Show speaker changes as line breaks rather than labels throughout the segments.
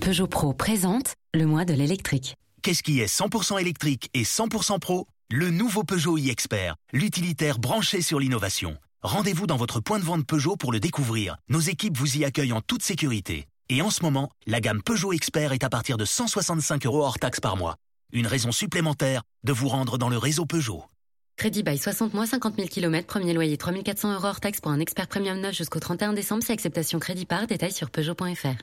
Peugeot Pro présente le mois de l'électrique.
Qu'est-ce qui est 100% électrique et 100% pro Le nouveau Peugeot e-Expert, l'utilitaire branché sur l'innovation. Rendez-vous dans votre point de vente Peugeot pour le découvrir. Nos équipes vous y accueillent en toute sécurité. Et en ce moment, la gamme Peugeot Expert est à partir de 165 euros hors taxe par mois. Une raison supplémentaire de vous rendre dans le réseau Peugeot.
Crédit by 60 mois, 50 000 km, premier loyer 3400 euros hors taxe pour un expert premium neuf jusqu'au 31 décembre, c'est acceptation crédit par détail sur Peugeot.fr.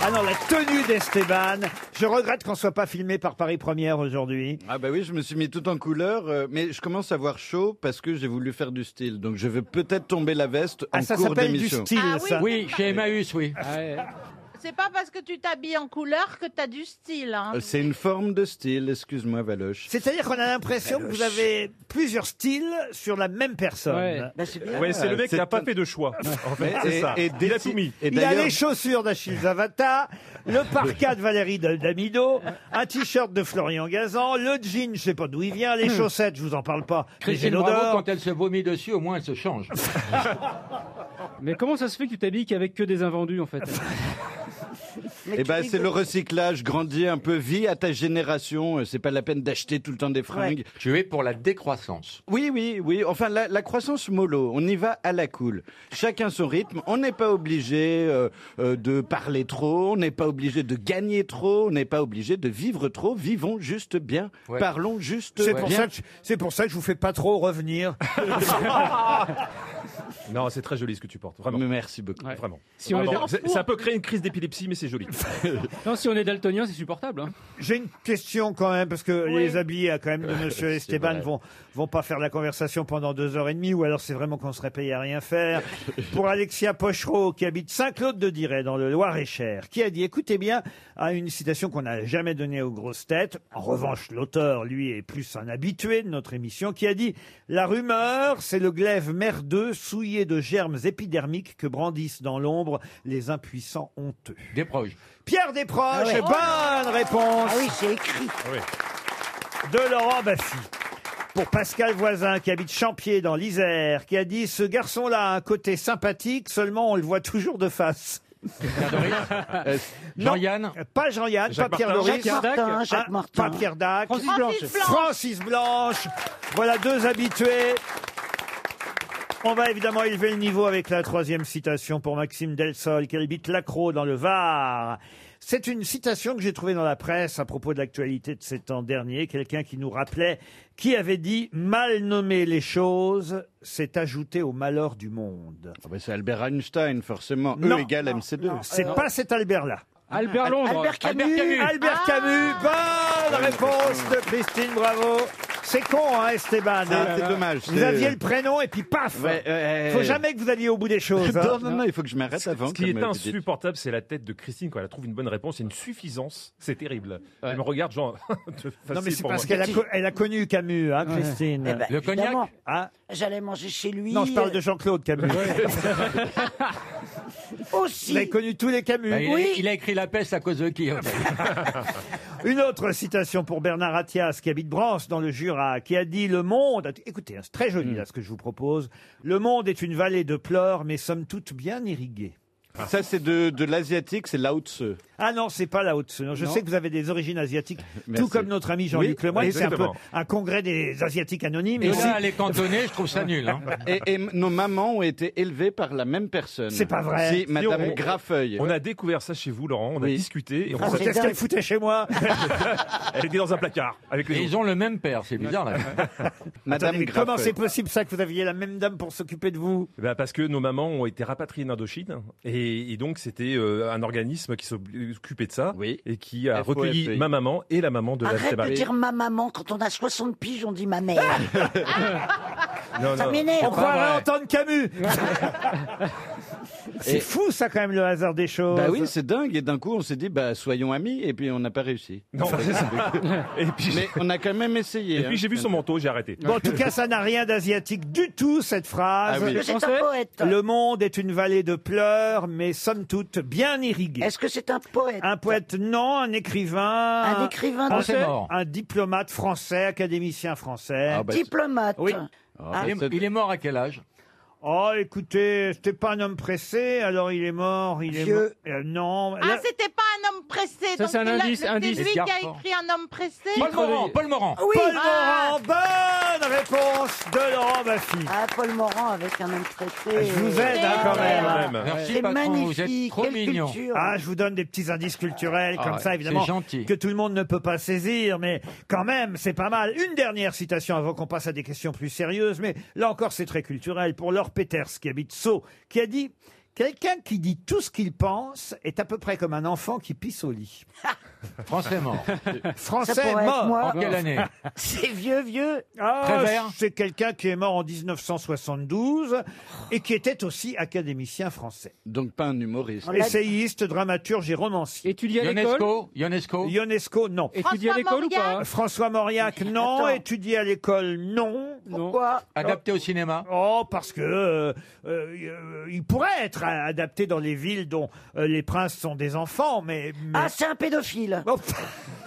Ah non, la tenue d'Esteban. Je regrette qu'on soit pas filmé par Paris Première aujourd'hui.
Ah bah oui, je me suis mis tout en couleur, euh, mais je commence à avoir chaud parce que j'ai voulu faire du style. Donc je vais peut-être tomber la veste en
Ah, ça
cours
s'appelle du
d'émission. Ah,
style,
Ah oui.
ça.
Oui, chez Emmaüs, oui.
C'est pas parce que tu t'habilles en couleur que t'as du style. Hein.
Euh, C'est une forme de style, excuse-moi Valoche.
C'est-à-dire qu'on a l'impression que vous avez plusieurs styles sur la même personne.
Ouais.
Bah,
Bah,
Ouais, c'est le mec qui
C'est
n'a pas
un-
fait de choix. En fait,
Et-
c'est ça.
et
Il a
déci-
tout mis.
Et
Il a
d'ailleurs,
les chaussures d'Achille Zavata, le parka de Valérie Dal- Damido, un t-shirt de Florian Gazan, le jean, je sais pas d'où il vient, les
Hmm.
chaussettes, je vous en parle pas, mais j'ai
Christine Bravo,
l'odeur.
quand elle se vomit dessus, au moins elle se change.
Mais comment ça se fait que tu t'habilles qu'avec que des invendus en fait
eh ben, c'est le recyclage, grandis un peu, vie à ta génération, euh, c'est pas la peine d'acheter tout le temps des fringues.
Tu es pour la décroissance.
Oui, oui, oui, enfin la, la croissance mollo, on y va à la cool. Chacun son rythme, on n'est pas obligé euh, euh, de parler trop, on n'est pas obligé de gagner trop, on n'est pas obligé de vivre trop, vivons juste bien,
Ouais.
parlons juste
C'est
bien. Ah,
pour, ça que je- c'est pour ça que je vous fais pas trop revenir.
Non, c'est très joli ce que tu portes, vraiment.
Merci beaucoup.
Ouais.
Vraiment.
Si on est
Vraiment.
dal-
C'est- Ça peut créer une crise d'épilepsie, mais c'est joli.
Non, si on est daltonien, c'est supportable. hein.
J'ai une question quand même, parce que
Oui.
les habillés ah, quand même de Monsieur
c'est
Esteban
vrai.
vont, vont pas faire la conversation pendant deux heures et demie, ou alors c'est vraiment qu'on serait payé à rien faire. Pour Alexia Pochereau, qui habite Saint-Claude-de-Diray, dans le Loir-et-Cher, qui a dit, écoutez bien, à une citation qu'on n'a jamais donnée aux grosses têtes, en revanche l'auteur, lui, est plus un habitué de notre émission, qui a dit, la rumeur, c'est le glaive merdeux souillé de germes épidermiques que brandissent dans l'ombre les impuissants honteux.
Des proches.
Pierre
Ah
Desproges, Ah bonne réponse Ah de Laurent Baffy. Pour Pascal Voisin, qui habite Champier dans l'Isère, qui a dit Ce garçon-là a un côté sympathique, seulement on le voit toujours de face.
Euh,
Non.
Jean-Yann,
Pas Jean-Yann, pas
Jacques
Pierre
Martin,
Doris,
Jacques Martin,
ah, pas Pierre Dac,
Francis
Francis
Blanche.
Blanche.
Francis Blanche. Voilà deux habitués. On va évidemment élever le niveau avec la troisième citation pour Maxime Delsol, qui habite Lacro dans le Var. C'est une citation que j'ai trouvée dans la presse à propos de l'actualité de ces temps derniers. Quelqu'un qui nous rappelait qui avait dit mal nommer les choses, c'est ajouter au malheur du monde.
ah bah, c'est Albert Einstein, forcément.
Non. Euh,
E égale MC2.
C'est pas cet Albert-là.
Albert Londres.
Albert Camus.
Ah.
Albert Camus, bonne réponse de Christine Bravo. C'est con, hein, Esteban.
C'est-
hein.
c'est dommage,
Vous
c'est-
aviez le prénom et puis paf.
Ouais, euh,
Faut jamais que vous alliez au bout des
Non,
choses. hein.
non, non, il faut que je m'arrête avant.
Ce qui
comme
est
vous dites.
insupportable, c'est la tête de Christine quand elle trouve une bonne réponse. C'est une suffisance. C'est terrible. Elle me regarde, genre. de
Non, mais
facile
c'est
pour
parce
moi.
qu'elle a, co- elle a connu Camus, hein, Christine.
Eh ben,
Le cognac
évidemment,
Hein
J'allais manger chez lui.
non, je parle de Jean-Claude Camus.
Aussi.
Vous avez connu tous les Camus.
Bah, il, a-
Oui.
il a écrit la peste à cause de qui en fait
Une autre citation pour Bernard Attias, qui habite Brance, dans le Jura, qui a dit Le monde. Écoutez, hein, c'est très
Mm.
joli, là, ce que je vous propose. Le monde est une vallée de pleurs, mais somme toute bien irriguée.
Ah. Ça, c'est de, de l'asiatique, c'est Lao Tse.
Ah non, c'est pas la haute. Je sais que vous avez des origines asiatiques, tout
Merci.
comme notre ami Jean-Luc
Oui,
Lemoyne. C'est un peu
exactement.
un congrès des Asiatiques anonymes.
Et
Et Ah, aussi-
là, les cantonnés, je trouve ça nul. hein.
Et, et m- nos mamans ont été élevées par la même personne.
C'est pas vrai.
Si, Madame
on-
Graffeuille.
On a découvert ça chez vous, Laurent. On a
Oui.
discuté. Et on
Ah,
s'est-
Qu'est-ce qu'elle foutait chez moi
Elle était dans un placard avec
Et
les
ils
autres.
ont le même père, c'est bizarre. Là.
Madame
Attendez, mais Comment c'est
Graffeuille.
possible ça que vous aviez la même dame pour s'occuper de vous
Eh ben, parce que nos mamans ont été rapatriées d'Indochine. Et, et donc, c'était euh, un organisme qui s'occupait de ça.
Oui.
Et qui a
FOFI.
recueilli ma maman et la maman de la
Arrête de
Stéphane.
dire ma maman. Quand on a 60 piges, on dit ma mère.
Non,
Ça
non.
On
m'énerve.
croirait
vrai.
entendre Camus C'est
Et-
fou ça quand même le hasard des choses.
Bah oui, c'est dingue. Et d'un coup, on s'est dit, bah, soyons amis. Et puis, on n'a pas réussi.
Non, c'est ça. Et puis,
Mais on a quand même essayé. hein.
et puis j'ai vu son manteau, j'ai arrêté.
Bon, en tout cas, ça n'a rien d'asiatique du tout cette phrase.
Ah oui.
C'est un
Français
poète.
Le monde est une vallée de pleurs, mais somme toute bien irriguée.
Est-ce que c'est un poète
Un poète, non, un écrivain.
Un
un-
écrivain
un-
de
c'est mort.
un diplomate français, académicien français.
Ah bah,
diplomate.
Oui.
Ah,
Il est, il est mort à quel âge
Oh, écoutez, c'était pas un homme pressé, alors il est mort, il est mort.
Vieux.
Euh, non.
Ah,
là-
c'était pas un homme pressé.
Ça,
donc
c'est un
là,
indice,
c'est
indice.
lui qui a
Escarpin.
écrit un homme pressé.
Paul Morand, Paul Morand.
Oui.
Paul
Ah.
Morand, bonne réponse de Laurent Baffy.
Ah, Paul Morand avec un homme traité.
Je vous aide hein, quand
Ah.
même.
Quand même.
Merci
C'est
patron, vous êtes
magnifique.
trop
Quelle
mignon.
culture.
Ah, je vous donne des petits indices culturels
Ah
comme
ouais,
ça, évidemment,
c'est gentil.
que tout le monde ne peut pas saisir, mais quand même, c'est pas mal. Une dernière citation avant qu'on passe à des questions plus sérieuses, mais là encore, c'est très culturel pour Laure Peters, qui habite Sceaux, qui a dit « Quelqu'un qui dit tout ce qu'il pense est à peu près comme un enfant qui pisse au lit.
Français mort. »
Ça
Français
pourrait être
mort
moi.
En quelle année
C'est vieux, vieux.
Ah,
Prévert.
c'est quelqu'un qui est mort en 1972 et qui était aussi académicien français.
Donc pas un humoriste.
On l'a-
Essayiste, dramaturge et romancier.
Étudié à l'école
Ionesco Ionesco
Ionesco, non.
Étudié à
François
l'école ou pas
François Mauriac, non.
Attends.
Étudié à l'école, non.
Pourquoi
Adapté au cinéma
Oh, parce que euh, euh, il pourrait être euh, adapté dans les villes dont euh, les princes sont des enfants, mais. mais-
Ah, c'est un pédophile.
Oh,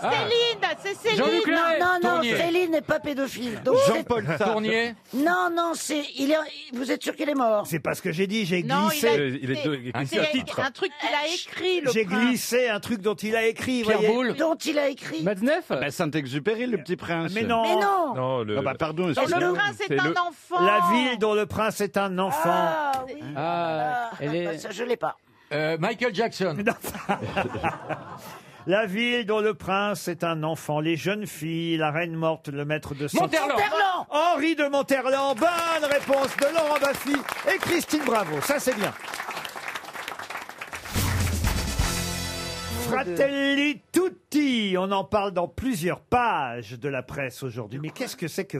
Céline, c'est Céline.
Jean-Luc
Non,
Leray
non, non,
Tournier.
Céline n'est pas pédophile. Donc,
Jean-Paul Sartre.
Tournier
c'est- non, non, c'est, il est, vous êtes sûr qu'il est mort
c'est pas ce que j'ai dit. J'ai
Non, il a-
glissé.
Euh, Il est, il est glissé à
C'est
titre.
un truc qu'il a écrit, le
J'ai
prince.
glissé un truc dont il a écrit.
Pierre
voyez.
Boulle
Dont il a écrit.
Matzneff
Bah, Saint-Exupéry, le petit prince.
Mais non.
Mais non.
Non, le-
Ah bah pardon,
Donc,
excusez-moi.
le prince est,
C'est
un
le-
enfant.
La ville dont le prince est un enfant.
Ah, oui. bah,
Ah, elle est-
Ça, je l'ai pas.
Euh, Michael Jackson
La ville dont le prince est un enfant. Les jeunes filles, la reine morte, le maître de son.
Monterland
Berland
Henri de Monterland, bonne réponse de Laurent Baffy et Christine Bravo, ça c'est bien. Fratelli Tutti, on en parle dans plusieurs pages de la presse aujourd'hui. Mais qu'est-ce que c'est que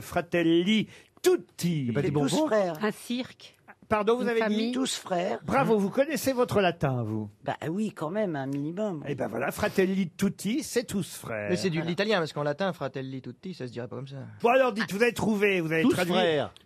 Eh
Fratelli Tutti
ben,
Les douze frères.
Un cirque.
Bah, Pardon, vous
Une
avez dit
famille.
Tous
Mmh.
frères.
Bravo, vous connaissez votre latin, vous
Bah oui, quand même, un minimum.
Eh ben voilà, Fratelli Tutti, c'est tous frères.
Mais c'est du de l'italien, parce qu'en latin, fratelli tutti, ça se dirait pas comme ça.
Bon alors dites, vous avez trouvé, vous avez traduit.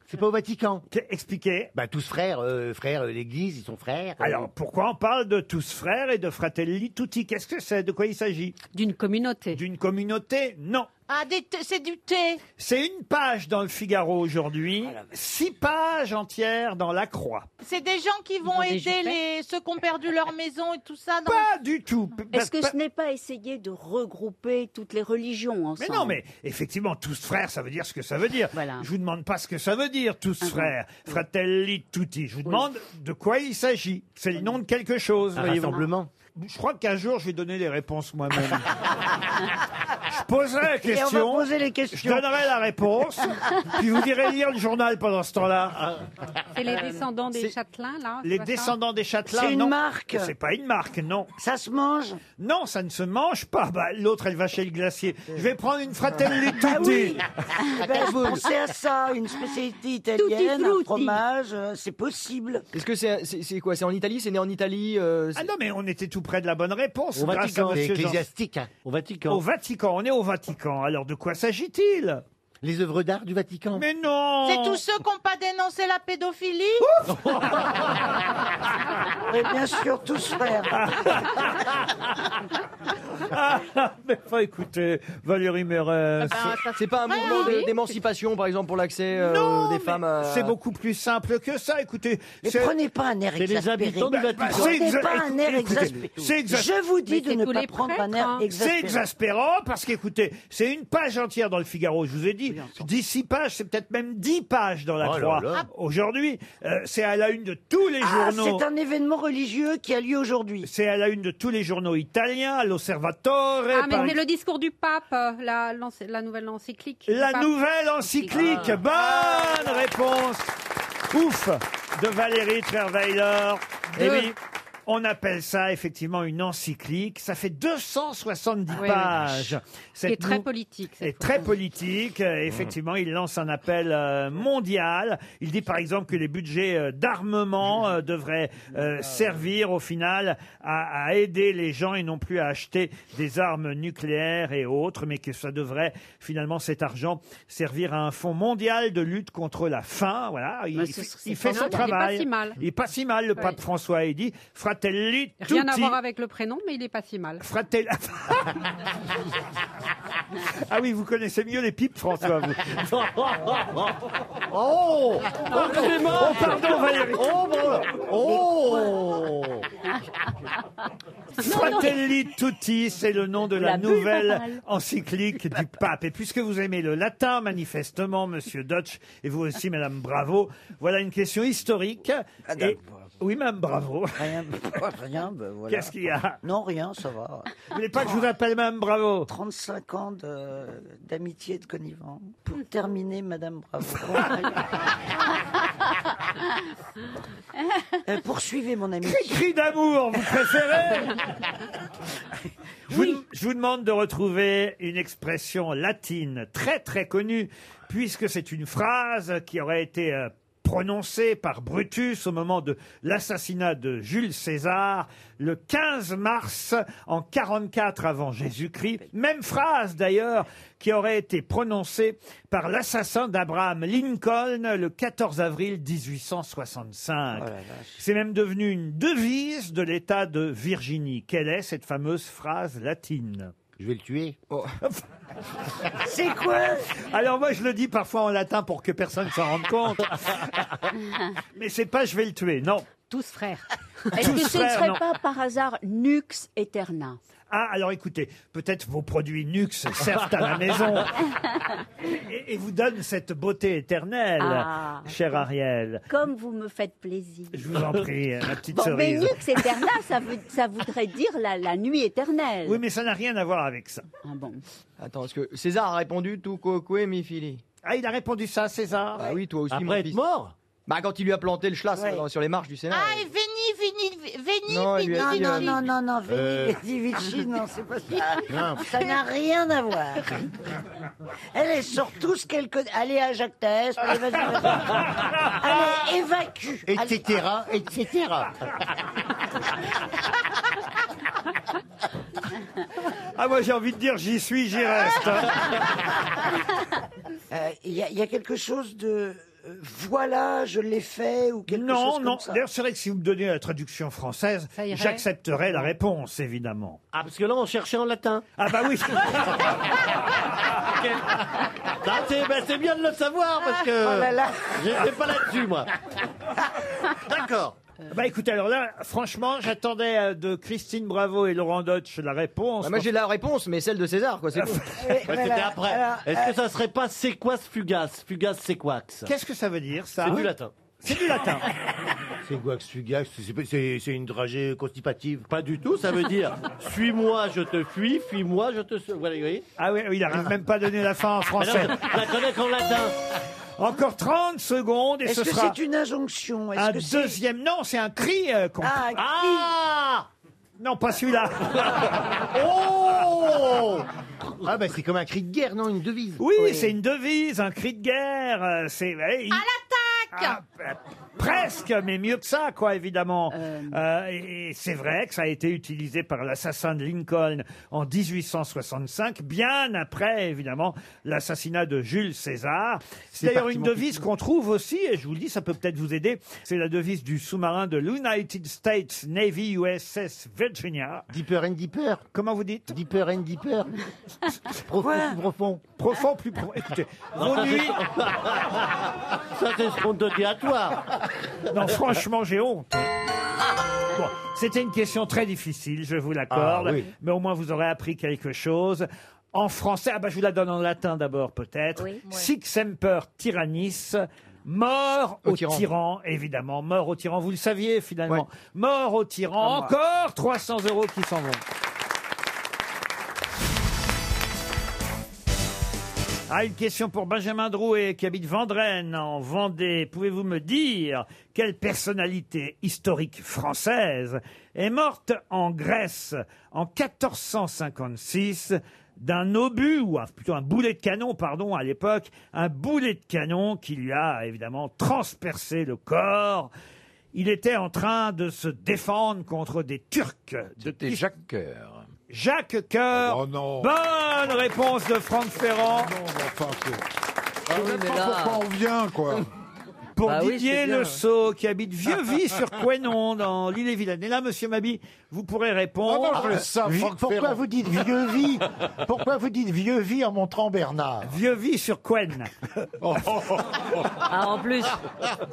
C'est pas au Vatican.
Qu- Expliquez.
Bah, tous frères, frères, euh, l'église, ils sont frères. euh.
Alors pourquoi on parle de tous frères et de Fratelli Tutti Qu'est-ce que c'est De quoi il s'agit
D'une communauté.
D'une communauté Non.
Ah, des thé- c'est du thé.
C'est une page dans le Figaro aujourd'hui,
Ah,
six pages entières dans La Croix.
C'est des gens qui vont
ont des
aider
jupes.
les, ceux qui ont perdu leur maison et tout ça. Dans
Pas du tout. P-
Est-ce que
pas-
ce n'est pas essayer de regrouper toutes les religions
mais
ensemble
non, mais effectivement, tous frères, ça veut dire ce que ça veut dire.
Voilà.
Je vous demande pas ce que ça veut dire, tous frères, fratelli tutti. Je vous demande de quoi il s'agit. C'est le nom de quelque chose. voyez-vous. Je crois qu'un jour, je vais donner les réponses moi-même. je poserai la
Et on va
question.
poser les
Je
questions.
donnerai la réponse, puis vous irez lire le journal pendant ce temps-là.
C'est les descendants des
c'est-
châtelains, là Ah, c'est
Les
pas ça
descendants des châtelains,
C'est une
non.
marque.
C'est pas une marque, non.
Ça se mange
Non, ça ne se mange pas. Bah, L'autre, elle va chez le glacier. Je vais prendre une fratelli tutti.
Eh Ah ben, Je pensais à ça, une spécialité italienne,
Tutti
un
frutti.
fromage, euh, c'est possible.
Est-ce que c'est c'est- c'est quoi C'est en Italie C'est né en Italie euh, c'est-
Ah non, mais on était tout près de la bonne réponse grâce à monsieur Jean-
Au
Au
Vatican.
Vatican, on est au Vatican. Alors de quoi s'agit-il
Les œuvres d'art du Vatican.
Mais non
C'est tous ceux qui n'ont pas dénoncé la pédophilie.
Et bien sûr, tous frères.
Mais enfin, écoutez, Valérie Mérès.
Ah bah, C'est pas un
Ah
mouvement de- d'émancipation, par exemple, pour l'accès euh,
Non,
des
mais
femmes à...
C'est beaucoup plus simple que ça. Écoutez,
Mais
c'est-
prenez pas un air exaspéré.
Bah, c'est
Prenez
exa-
pas un air
écoutez,
exaspéré.
C'est exaspéré.
Je vous dis
Mais
de
c'est
ne
tous
pas
les
prendre un
prêtres,
air
hein.
C'est
exaspéré.
exaspérant parce qu'écoutez, c'est une page entière dans le Figaro, je vous ai dit. Dix-six pages, c'est peut-être même dix pages dans la
Oh là
Croix.
là.
Aujourd'hui, euh, c'est à la une de tous les
Ah,
journaux.
c'est un événement religieux qui a lieu aujourd'hui.
C'est à la une de tous les journaux italiens, l'Osservatore.
Ah,
par-
mais c'est le discours du pape, euh, la, l'enc- la nouvelle encyclique. du
La
pape.
nouvelle encyclique. Bonne réponse. Ouf de Valérie Trierweiler. Eh oui. On appelle ça effectivement une encyclique. Ça fait 270
Oui, oui.
pages.
Qui est
Cette
très
nou-
politique. cette
est
fois.
très politique. Euh, Effectivement, il lance un appel euh, mondial. Il dit par exemple que les budgets euh, d'armement euh, devraient euh, servir au final à, à aider les gens et non plus à acheter des armes nucléaires et autres, mais que ça devrait finalement cet argent servir à un fonds mondial de lutte contre la faim. Voilà, il,
Mais Bah, ce-
il
c'est
fait
pas
son
mal, il est pas
travail.
si mal.
Il est pas si mal, le
Oui.
pape François. Il dit fratelli tutti.
Rien à voir avec le prénom, mais il est pas si mal.
Fratel. ah oui, vous connaissez mieux les pipes, François. vous.
Oh
Pardonnez-moi.
Oh, pardon, Valérie
Oh,
Oh
Fratelli Tutti, c'est le nom de la,
La bulle papale.
nouvelle encyclique du pape. Et puisque vous aimez le latin, manifestement, monsieur Dodge, et vous aussi, madame Bravo, voilà une question historique. Et- Oui, madame Bravo.
Rien, rien, ben voilà.
Qu'est-ce qu'il y a
Non, rien, ça va.
Vous voulez pas que je vous appelle Madame Bravo
35 ans de- euh, d'amitié et de connivence. Pour terminer, Madame Bravo. Euh, poursuivez mon amitié.
Cri d'amour, vous préférez Je vous- Je vous demande de retrouver une expression latine très très connue, puisque c'est une phrase qui aurait été euh, prononcée par Brutus au moment de l'assassinat de Jules César le 15 mars en 44 avant Jésus-Christ. Même phrase d'ailleurs qui aurait été prononcée par l'assassin d'Abraham Lincoln le 14 avril 1865. C'est même devenu une devise de l'État de Virginie. Quelle est cette fameuse phrase latine Je vais le tuer.
C'est quoi
Alors moi je le dis parfois en latin pour que personne s'en rende compte. Mais c'est pas je vais le tuer, non.
Tous frères.
Est-ce
Est-ce
Tous
que
que
ce
ce ne
ne
frères, serait
serait
non.
pas
pas
par hasard Nux Eterna
Ah alors écoutez, peut-être vos produits Nux servent à la maison et, et vous donnent cette beauté éternelle,
Ah.
cher Ariel.
Comme vous me faites plaisir.
Je vous en prie, euh, ma petite
Bon, mais
cerise.
Nux Eterna, ça, veut- ça voudrait dire la, la nuit éternelle.
Oui mais ça n'a rien à voir avec ça.
Ah,
Attends, est-ce que César a répondu tout coque mi fili
Ah, il a répondu ça, César
Bah oui, toi aussi,
Après
mon
être
fils.
mort
Bah, quand il lui a planté le schlass euh, sur les marches du Sénat.
Ah, et Veni, Veni, Veni,
Non, elle
Veni,
lui a dit,
Vici.
euh,
Non, non, non, Vini,
Euh.
Vici, non, c'est pas ça.
Non.
ça n'a rien à voir. Elle, elle sort tout ce qu'elle connaît. Allez, à Jacques Test, allez, vas-y, vas-y. Allez, évacue.
Etc., etc.
Ah moi j'ai envie de dire j'y suis, j'y reste.
Euh, Il y, a- il y a quelque chose de euh, voilà, je l'ai fait ou quelque
non,
chose
non.
comme ça.
D'ailleurs, c'est vrai que si vous me donnez la traduction française,
Ça irait
j'accepterai la réponse, évidemment.
Ah, parce que là, on cherchait en latin.
Ah bah oui
Bah, c'est bah, c'est bien de le savoir, parce que
Oh là là.
j'étais pas là-dessus, moi. D'accord.
Bah écoutez, alors là, franchement, j'attendais euh, de Christine Bravo et Laurent Dodge la réponse.
Bah, moi j'ai la réponse, mais celle de César, quoi, c'est tout.
Ouais, c'était après.
Euh,
Est-ce que ça serait pas séquas fugace Fugace séquax
Qu'est-ce que ça veut dire, ça hein
C'est du latin.
C'est du latin.
Séquax fugax, c'est- c'est c'est une dragée constipative. Pas du tout, ça veut dire suis-moi, je te fuis, fuis-moi, je te. sau- Voilà, vous voyez
Ah oui, il n'arrive même pas à donner la fin en français.
Alors, je la connais qu'en latin.
Encore 30 secondes et
Est-ce
ce
que
sera
c'est une injonction Est-ce
un
que c'est-
deuxième. Non, c'est un cri euh, qu'on-
Ah,
Ah
Non, pas celui-là.
Oh Ah, bah c'est comme un cri de guerre, non Une devise.
Oui, c'est une devise, un cri de guerre. euh, C'est eh, il-
Attaque
presque, mais mieux que ça, quoi, évidemment. Euh, et et c'est vrai que ça a été utilisé par l'assassin de Lincoln en 1865, bien après, évidemment, l'assassinat de Jules César. C'est d'ailleurs une devise qu'on trouve aussi, et je vous le dis, ça peut peut-être vous aider. C'est la devise du sous-marin de l'United States Navy USS Virginia.
Deeper and deeper.
Comment vous dites
Deeper and deeper. profond, plus profond.
Profond, plus profond. Écoutez, vos nuits.
Ça, c'est ce qu'on te dit à toi.
Non, franchement, j'ai honte. Bon, c'était une question très difficile, je vous l'accorde,
Ah, oui.
mais au moins vous aurez appris quelque chose. En français, ah bah je vous la donne en latin d'abord peut-être.
Oui.
Sic semper tyrannis, mort au,
Au
tyran.
tyran.
évidemment, mort au tyran, vous le saviez finalement.
Ouais.
Mort au tyran,
Ah,
encore 300 euros qui s'en vont. Ah, une question pour Benjamin Drouet qui habite Vendrenne en Vendée. Pouvez-vous me dire quelle personnalité historique française est morte en Grèce en 1456 d'un obus ou un- plutôt un boulet de canon, pardon, à l'époque, un boulet de canon qui lui a évidemment transpercé le corps. Il était en train de se défendre contre des Turcs. C'était
Jacques Coeur.
Jacques Coeur.
Oh non. Oh
Bonne réponse de Franck Ferrand.
Enfin, c'est-
Ah
Je sais
oui,
même
mais
pas
là-
pourquoi on vient, quoi.
Pour
Bah oui,
Didier
c'est bien.
Le Sceau, qui habite Vieux-Vie sur Quénon, dans l'île-et-Vilaine. Et là, monsieur Mabi, vous pourrez répondre.
Ah
Non, non, Oh, je laisse ça,
Vi-
Franck Ah, Pourquoi Ferrand. vous dites Vieux-Vie Pourquoi vous dites Vieux-Vie en montrant Bernard Oh,
Vieux-Vie sur Quenne.
Ah, en plus.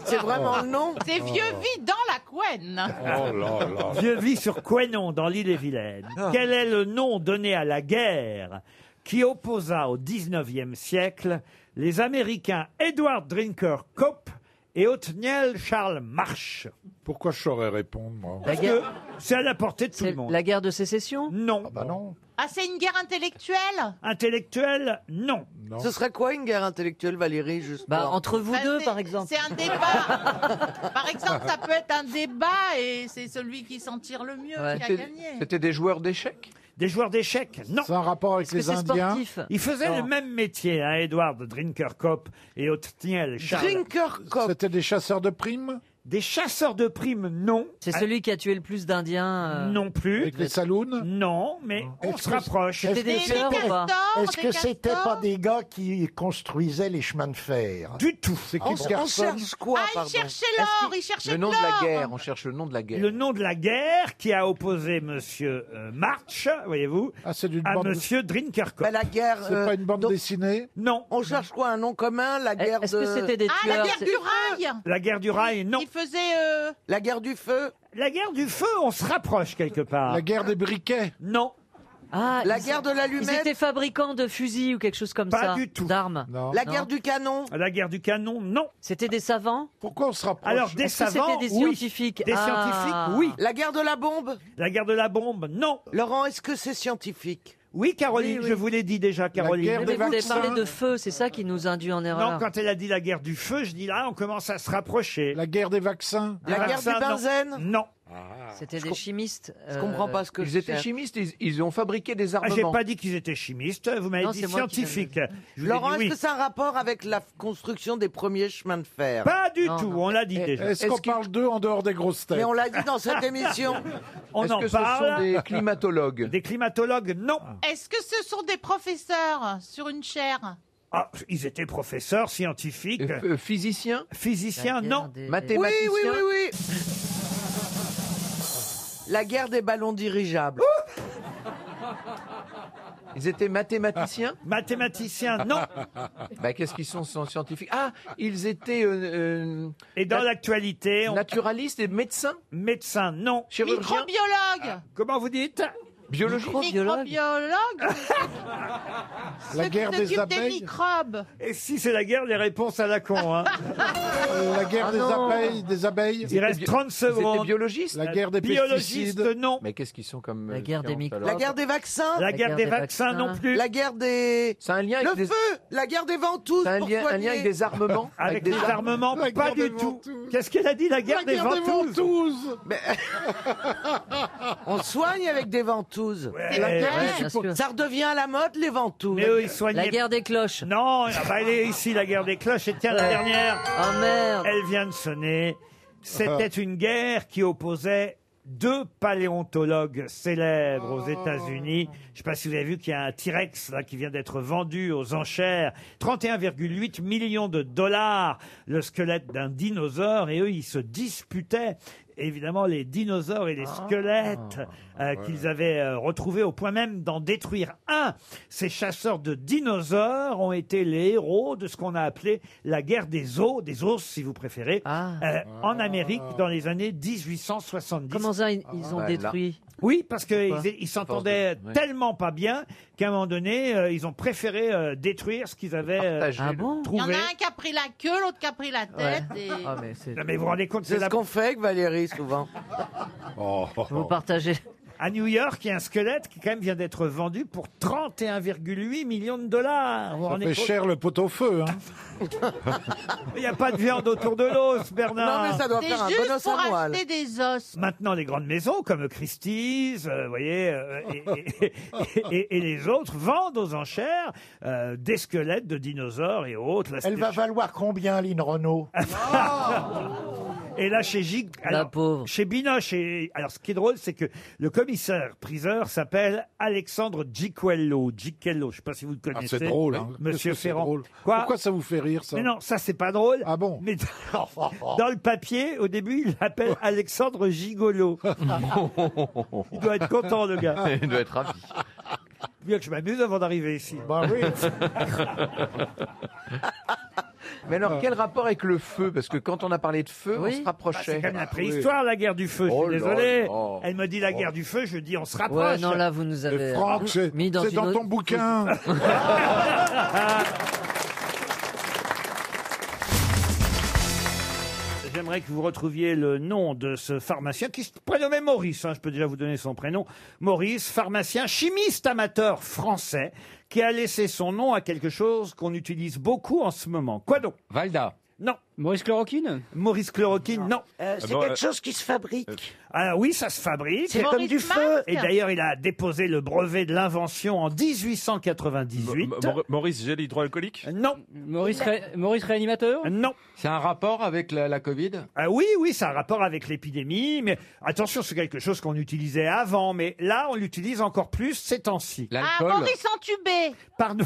C'est vraiment le nom
C'est
Oh.
vieux vie dans la couenne.
Oh
Vieux-Vie sur Quénon, dans l'île-et-Vilaine.
Ah.
Quel est le nom donné à la guerre qui opposa au 19e siècle les Américains Edward Drinker Cope et Othniel Charles Marsh
Pourquoi je saurais répondre, moi
Parce que c'est à la portée de tout le monde.
La guerre de sécession
Non.
bah non.
Ah, c'est une guerre intellectuelle
Intellectuel, non.
Ce serait quoi une guerre intellectuelle, Valérie bah, Entre vous
Bah,
deux,
c'est-
par exemple.
C'est un débat. Par exemple, ça peut être un débat et c'est celui qui s'en tire le mieux qui a gagné.
des joueurs d'échecs Des joueurs d'échecs, non. C'est
un rapport avec
Est-ce que les c'est Indiens sportif
Ils faisaient
Non.
le même métier, hein, Edward Drinkerkop et Othniel Charles.
Drinkerkop. C'était des chasseurs de primes
Des chasseurs de primes, non. Ah,
C'est celui qui a tué le plus d'Indiens. euh,
Non plus.
Avec les saloons
Non, mais on
Est-ce
se
que-
rapproche.
est-ce que c'était-
Est-ce
Est-ce que c'était pas des gars qui construisaient les chemins de fer
Du tout.
C'est
On, on cherche quoi
Ah, il
pardon
cherchait l'or, il cherchait
Le nom de la
l'or.
guerre, on cherche le nom de la guerre.
Le nom de la guerre qui a opposé Monsieur euh, March, voyez-vous, à
Ah, bande-
Monsieur Drinkerkop.
la guerre.
C'est pas une bande dessinée
Non.
On cherche quoi Un nom commun La guerre
Est-ce que
de-
c'était des
Ah, la
tueurs
guerre
c'est-
du rail
La guerre du rail, non.
Il faisait... euh,
La guerre du feu
La guerre du feu, on se rapproche quelque part.
La guerre des briquets
Non.
Ah,
La
ils-
guerre de l'allumette
Ils étaient fabricants de fusils ou quelque chose comme ça.
Pas du tout.
D'armes.
La guerre du canon
La guerre du canon, non.
C'était des savants
Pourquoi on se rapproche
Alors, des
Est-ce que
savants,
c'était des
oui.
scientifiques
Des
Ah.
scientifiques, oui.
La guerre de la bombe
La guerre de la bombe, non.
Laurent, est-ce que c'est scientifique
Oui, Caroline,
Oui, oui.
je vous l'ai dit déjà, Caroline.
Mais vous avez parlé de feu, c'est ça qui nous induit en erreur.
Non, quand elle a dit la guerre du feu, je dis là, on commence à se rapprocher.
La guerre des vaccins
Des vaccins, non. Non.
Ah.
C'était des chimistes. euh,
Je comprends pas ce que Ils étaient chimistes, ils, ils ont fabriqué des
Ah,
armements.
J'ai pas dit qu'ils étaient chimistes, vous m'avez
Non,
dit
c'est moi qui
scientifiques. Je vous ai
Laurent,
dit
est-ce
oui.
que c'est un rapport avec la f- construction des premiers chemins de
Ah
fer
bah.
Pas du tout, on l'a dit déjà.
Eh, Est-ce qu'on parle d'eux en dehors des grosses têtes
Mais on l'a dit dans cette émission.
On
Est-ce
en
que ce
parle.
sont des climatologues
Des climatologues, non.
Est-ce que ce sont des professeurs sur une chaire
Ah, ils étaient professeurs, scientifiques.
Euh, physiciens
Physiciens, non.
Oui, oui, oui, oui. La guerre des ballons dirigeables.
Ils étaient mathématiciens
Mathématiciens, non.
Bah, Qu'est-ce qu'ils sont, sont scientifiques Ah, ils étaient. euh, euh,
Et dans
nat-
l'actualité, on...
Naturalistes et médecins
médecins, non.
Chirurgiens
Microbiologue
Comment vous dites
Biologistes
Microbiologue
La guerre
S'occupe
des
des
abeilles
microbes.
Et si c'est la guerre, les réponses à la con. Hein.
Euh, La guerre
Ah
des
non.
abeilles, des abeilles
Il reste 30
Ils étaient
secondes.
biologistes
La guerre des
Biologiste,
pesticides
non.
Mais qu'est-ce qu'ils sont comme.
La
euh,
guerre des
différents,
microbes.
alors
La guerre des vaccins.
La guerre des vaccins, non plus.
La guerre des.
C'est un lien avec
Le
des.
feu La guerre des ventouses
c'est un
pour
lien, un
soigner.
lien avec des armements
Avec des armements,
La
pas
guerre des
du tout.
ventouses.
Qu'est-ce qu'elle a dit La guerre,
La guerre des
ventouses
ventouses
On soigne avec des ventouses.
Eh,
Ouais, bien sûr.
Ça redevient à la mode, les ventouses.
Mais eux, ils soignaient.
La guerre des cloches.
Non, ah bah, elle est ici, la guerre des cloches. Et tiens, la
Ouais.
dernière,
Oh merde
elle vient de sonner. C'était
Ah.
une guerre qui opposait deux paléontologues célèbres
Oh.
aux États-Unis. Je sais pas si vous avez vu qu'il y a un T-Rex là qui vient d'être vendu aux enchères. 31,8 millions de dollars le squelette d'un dinosaure et eux, ils se disputaient évidemment les dinosaures et les
Ah.
squelettes
Ah,
euh, qu'ils avaient euh, retrouvés au point même d'en détruire un. Ces chasseurs de dinosaures ont été les héros de ce qu'on a appelé la guerre des os, des os si vous préférez,
Ah.
euh, en Amérique
Ah.
dans les années 1870.
Comment ça, ils, ils ont
Ah, bah,
détruit
Oui, parce
Pourquoi
qu'ils ils s'entendaient
Force de- ouais.
tellement pas bien qu'à un moment donné, euh, ils ont préféré euh, détruire ce qu'ils avaient euh,
Partager
Ah
le-
bon
Il y en
trouvé.
a un qui a pris la queue, l'autre qui a pris la tête. Et...
Ah, mais c'est.
Non, mais vous vous rendez compte,
C'est
c'est
ce
la...
qu'on fait avec Valérie souvent.
Vous partagez.
à New York, il y a un squelette qui quand même vient d'être vendu pour 31,8 millions de dollars. Vous vous
Ça
rendez
fait
compte
cher le pot au feu, hein
Il n'y a pas de viande autour de l'os, Bernard.
Non, mais ça doit
C'est
faire un
juste
bon os
pour
à moelle.
acheter des os.
Maintenant, les grandes maisons comme Christie's, euh, vous voyez, euh, et, et- et- et- et les autres vendent aux enchères euh, des squelettes de dinosaures et autres. Là,
Elle
c'est-
va valoir combien, Lynn Renault
Et là, chez Gig, alors, chez Binoche, et, alors ce qui est drôle, c'est que le commissaire priseur s'appelle Alexandre Giquello. Giquello, je ne sais pas si vous le
Ah,
connaissez.
c'est drôle, hein.
Monsieur
Qu'est-ce que c'est
Ferrand.
drôle
Quoi
Pourquoi ça vous fait rire, ça
Mais non, ça, c'est pas drôle. Ah bon Mais dans, dans le papier, au début, il l'appelle Alexandre Gigolo.
Ah.
il doit être content, le gars.
Il doit être ravi.
Bien que je m'amuse avant d'arriver ici. Bah
oui.
Mais alors, quel rapport avec le feu Parce que quand on a parlé de feu, on se rapprochait.
Bah, C'est quand même
Ah
la préhistoire, la guerre du feu.
Oh
je
là
suis désolé.
là.
Elle me dit la guerre du feu, je dis on se rapproche.
Ouais, non, là, vous nous avez
Oh.
euh,
Franck, c'est
mis dans
c'est
une
dans
autre-
ton bouquin.
J'aimerais que vous retrouviez le nom de ce pharmacien qui se prénommait Maurice. hein, je peux déjà vous donner son prénom. Maurice, pharmacien, chimiste amateur français, qui a laissé son nom à quelque chose qu'on utilise beaucoup en ce moment. Quoi donc Valda. Non. Maurice Chloroquine Maurice Chloroquine, non.
Euh, c'est Ah bon, quelque euh, chose qui se fabrique.
Ah oui, ça se fabrique.
C'est comme du feu.
Et d'ailleurs, il a déposé le brevet de l'invention en 1898.
Maur- Maurice, gel hydroalcoolique
Non. Euh,
Maurice, Ré- Maurice Réanimateur
Non.
C'est un rapport avec la, la Covid
Ah oui, oui, c'est un rapport avec l'épidémie, mais attention, c'est quelque chose qu'on utilisait avant, mais là, on l'utilise encore plus ces temps-ci.
Ah, Maurice entubé
Pardon.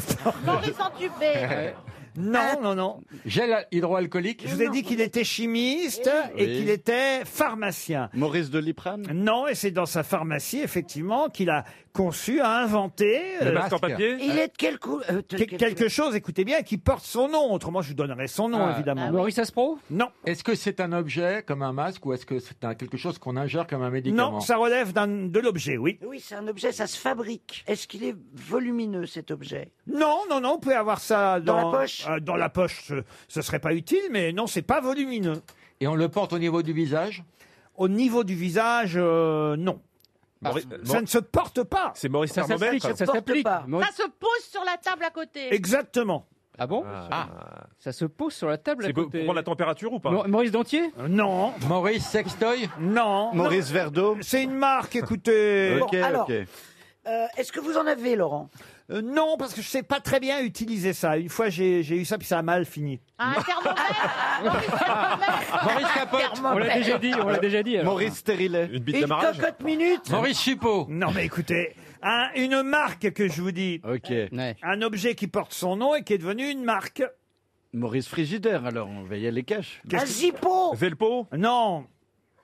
Maurice entubé
Non, non, non.
Gel hydroalcoolique
Je vous ai dit qu'il était chimiste et
Oui.
qu'il était pharmacien. Maurice de Liprane Non, et c'est dans sa pharmacie, effectivement, qu'il a conçu, a inventé.
Le masque en papier Il est
de quelle couleur Quelque chose, écoutez bien, qui porte son nom. Autrement, je vous donnerai son nom,
Ah,
évidemment.
ah oui.
Maurice Aspro Non.
Est-ce que c'est un objet comme un masque ou est-ce que c'est un- quelque chose qu'on ingère comme un médicament
Non, ça relève d'un- de l'objet, oui.
Oui, c'est un objet, ça se fabrique. Est-ce qu'il est volumineux cet objet
Non, non, non, vous pouvez avoir ça
Dans
dans,
la poche
euh, dans la poche, ce, ce serait pas utile, mais non, c'est pas volumineux.
Et on le porte au niveau du visage
Au niveau du visage, euh, non.
Maurice-
ça ne se porte pas.
Bah, C'est Maurice
Ça
Thermomètre
s'applique, ça s'applique.
Ça se pose sur la table à côté.
Exactement.
Ah bon Ça se pose sur la table à
C'est pour,
côté.
pour prendre la température ou pas
Mau- Maurice Dentier
Non.
Maurice Sextoy
Non.
Maurice Verdot
C'est une marque, écoutez.
Ok,
alors.
ok.
Euh, Est-ce que vous en avez, Laurent
Euh, non, parce que je sais pas très bien utiliser ça. Une fois, j'ai j'ai eu ça, puis ça a mal fini.
Un thermomètre
Maurice Capote
On l'a déjà dit, on l'a déjà dit, alors.
Maurice Stérilet.
Une
Une cocotte minute
Maurice Chipot
Non, mais écoutez, un- une marque que je vous dis.
Ok.
Un objet qui porte son nom et qui est devenu une marque.
Maurice Frigidaire, alors, on va y aller cash.
Qu'est-ce que- Velpo Non. Ah,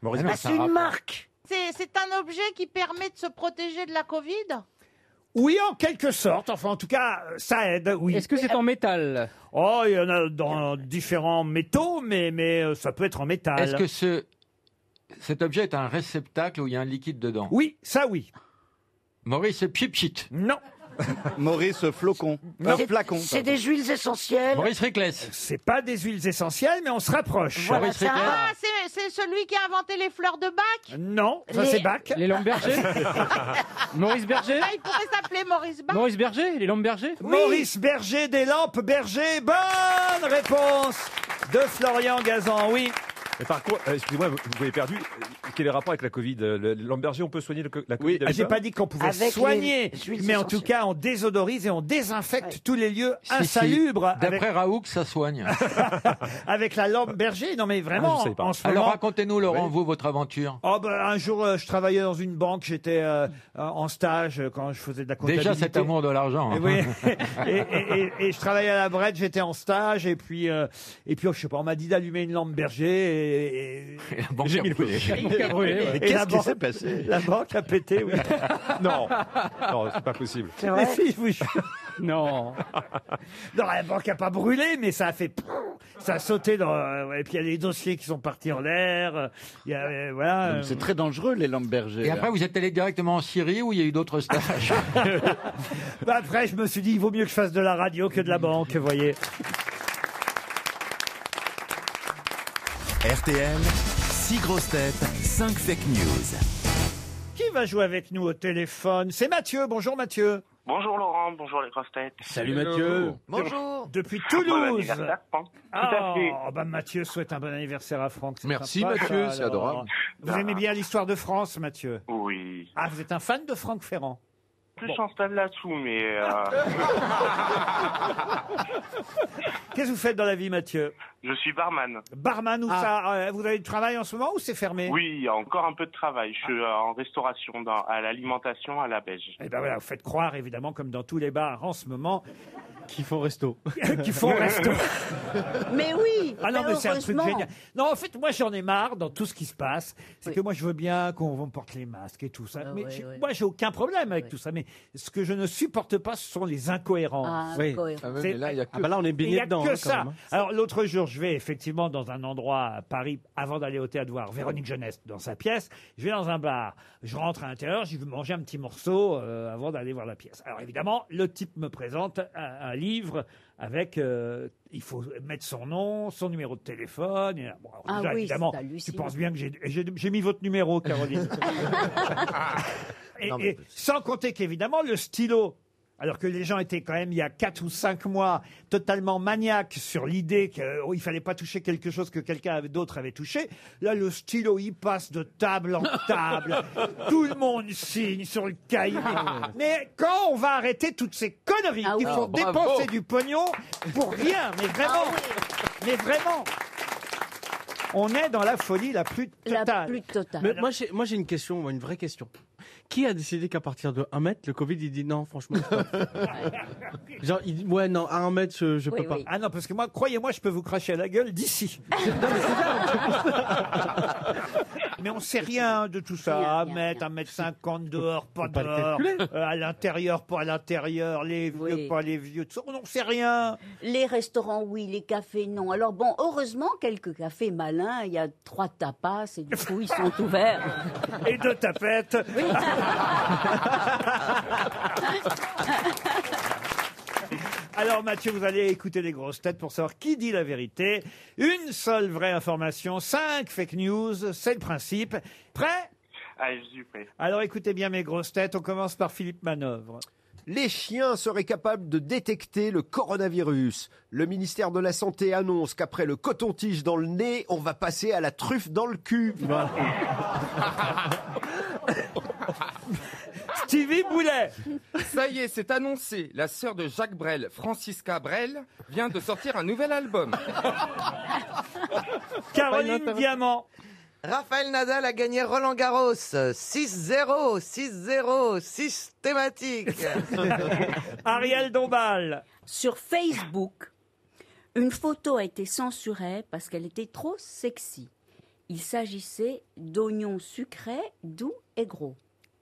bah,
Maurice
Ah,
hein.
marque c'est c'est un objet qui permet de se protéger de la Covid
Oui, en quelque sorte. Enfin, en tout cas, euh, ça aide, oui. Est-ce
que c'est en métal
Oh, il y en a dans différents métaux, mais, mais euh, ça peut être en métal.
Est-ce que ce, cet objet est un réceptacle où il y a un liquide dedans
Oui, ça oui.
Maurice Pchipchit
Non.
Maurice Flocon.
Non.
Un flacon.
C'est
pardon.
des huiles essentielles.
Rickless
C'est pas des huiles essentielles, mais on se rapproche.
Voilà, Maurice ça- Rickler.
Ah, c'est- c'est celui qui a inventé les fleurs de bac
Non, ça
Les- Ah,
c'est Bach.
Les Lambergers Maurice Berger
Il pourrait s'appeler Maurice Bac.
Maurice Berger Les Lambergers
Bah. Maurice Berger des lampes Berger. Bonne réponse de Florian Gazan, oui.
Mais par contre, euh, excusez-moi, vous vous avez perdu. euh, Quel est le rapport avec la Covid Euh, le- Lamberger, on peut soigner le co- la Covid
Ah,
avec
J'ai
ça
pas dit qu'on pouvait
Avec les
soigner,
huiles
mais en tout
essentielles.
cas, on désodorise et on désinfecte tous les lieux
Si, si.
insalubres avec,
D'après Raoult, ça soigne.
avec la lampe berger. Non, mais
Ah,
vraiment,
je savais pas.
en ce
Alors
moment.
racontez-nous, Laurent, vous, votre aventure.
Oh bah, un jour, euh, je travaillais dans une banque, j'étais euh, euh, en stage euh, quand je faisais de la comptabilité.
Déjà cet amour de l'argent. hein.
Et, Eh oui, et, et- et- et je travaillais à la Brette, j'étais en stage, et puis, euh, et puis oh, je sais pas, on m'a dit d'allumer une lampe berger, et, et-
J'ai mis le bruit.
Et
Qu'est-ce
la
qui
banque-
s'est passé
La banque a pété, oui.
Non, non, c'est pas possible.
Mais si, je vous jure.
Non.
Non, la banque a pas brûlé, mais ça a fait. Ça a sauté dans. euh, ouais, Et puis il y a des dossiers qui sont partis en l'air. euh, Il y a, euh, voilà.
Donc, C'est très dangereux, les lampes bergers.
Et après, vous êtes allé directement en Syrie où il y a eu d'autres stages.
Bah, après, je me suis dit, il vaut mieux que je fasse de la radio que de la banque, vous voyez.
RTL, 6 grosses têtes, 5 fake news.
Qui va jouer avec nous au téléphone C'est Mathieu. Bonjour Mathieu.
Bonjour Laurent, bonjour les grosses têtes. Bonjour.
Depuis
Bon
Euh, Toulouse.
anniversaire, Franck. Tout à
Ah,
fait.
bah Mathieu souhaite un bon anniversaire à Franck. c'est
Merci,
sympa,
Mathieu,
ça,
c'est
alors.
adorable.
Vous aimez bien l'histoire de France, Mathieu
Oui.
Ah, vous êtes un fan de Franck Ferrand
plus Chantal là-dessous, mais. euh,
Qu'est-ce que vous faites dans la vie, Mathieu
je suis barman.
Barman ou ça euh, Vous avez du travail en ce moment ou c'est fermé
Oui, il y a encore un peu de travail. Je suis euh, en restauration, dans, à l'alimentation, à la belge.
Ah. Eh ben voilà, vous faites croire, évidemment, comme dans tous les bars en ce moment,
Qui font resto.
qui font resto.
Mais oui
Ah non,
bah
mais c'est un truc
heureusement.
génial. Non, en fait, moi, j'en ai marre dans tout ce qui se passe. C'est que moi, je veux bien qu'on on porte les masques et tout ça. mais
Ah ouais,
j'ai-
ouais.
moi, j'ai aucun problème avec tout ça. Mais ce que je ne supporte pas, ce sont les incohérences.
Ah, Oui. incohérences. Ah ouais, mais là, il y a que-
Ah bah là, on est baigné
Il y a
dedans,
que
hein, quand
ça.
même, hein.
Alors, l'autre jour, je vais effectivement dans un endroit à Paris, avant d'aller au théâtre voir Véronique Jeunesse dans sa pièce. Je vais dans un bar. Je rentre à l'intérieur, je vais manger un petit morceau euh, avant d'aller voir la pièce. Alors, évidemment, le type me présente un, un livre avec. euh, il faut mettre son nom, son numéro de téléphone. et, bon, alors,
Ah
déjà,
oui,
évidemment,
c'est
tu
hallucinant.
penses bien que j'ai- j'ai j'ai mis votre numéro, Caroline. et,
Non, mais-
et sans compter qu'évidemment, le stylo. Alors que les gens étaient quand même, il y a 4 ou 5 mois, totalement maniaques sur l'idée qu'il ne fallait pas toucher quelque chose que quelqu'un avait- d'autre avait touché. Là, le stylo, il passe de table en table. Tout le monde signe sur le cahier. Mais quand on va arrêter toutes ces conneries qui
oui.
font
Ah, bravo. Ah
dépenser du pognon pour rien Mais vraiment Mais vraiment On est dans la folie la plus totale.
Mais moi, j'ai, moi, j'ai une question, moi, une vraie question. Qui a décidé qu'à partir de 1 mètre, le Covid, il dit non, franchement je peux pas. Genre, il dit, ouais, non, à 1 mètre, je, je peux pas.
Ah non, parce que moi, croyez-moi, je peux vous cracher à la gueule d'ici. Mais on sait rien de tout ça. Un mètre, un mètre cinquante dehors, pas
pas le
dehors.
calculer.
euh, à l'intérieur, pas à l'intérieur. Les vieux,
Oui.
pas les vieux. Tout ça, on n'en sait rien.
Les restaurants, oui, les cafés, non. Alors bon, heureusement, quelques cafés malins, il y a trois tapas et du coup, ils sont ouverts.
Et deux tapettes. Alors Mathieu, vous allez écouter les grosses têtes pour savoir qui dit la vérité. Une seule vraie information, cinq fake news, c'est le principe. Prêt
Allez, je suis prêt.
Alors écoutez bien mes grosses têtes, on commence par Philippe Manœuvre.
Les chiens seraient capables de détecter le coronavirus. Le ministère de la Santé annonce qu'après le coton-tige dans le nez, on va passer à la truffe dans le cul.
Stevie Boulet
Ça y est, c'est annoncé. La sœur de Jacques Brel, Francisca Brel, vient de sortir un nouvel album.
Caroline Diamant.
Raphaël Nadal a gagné Roland Garros. 6-0, 6-0, systématique.
Ariel Dombal.
Sur Facebook, une photo a été censurée parce qu'elle était trop sexy. Il s'agissait d'oignons sucrés, doux et gros.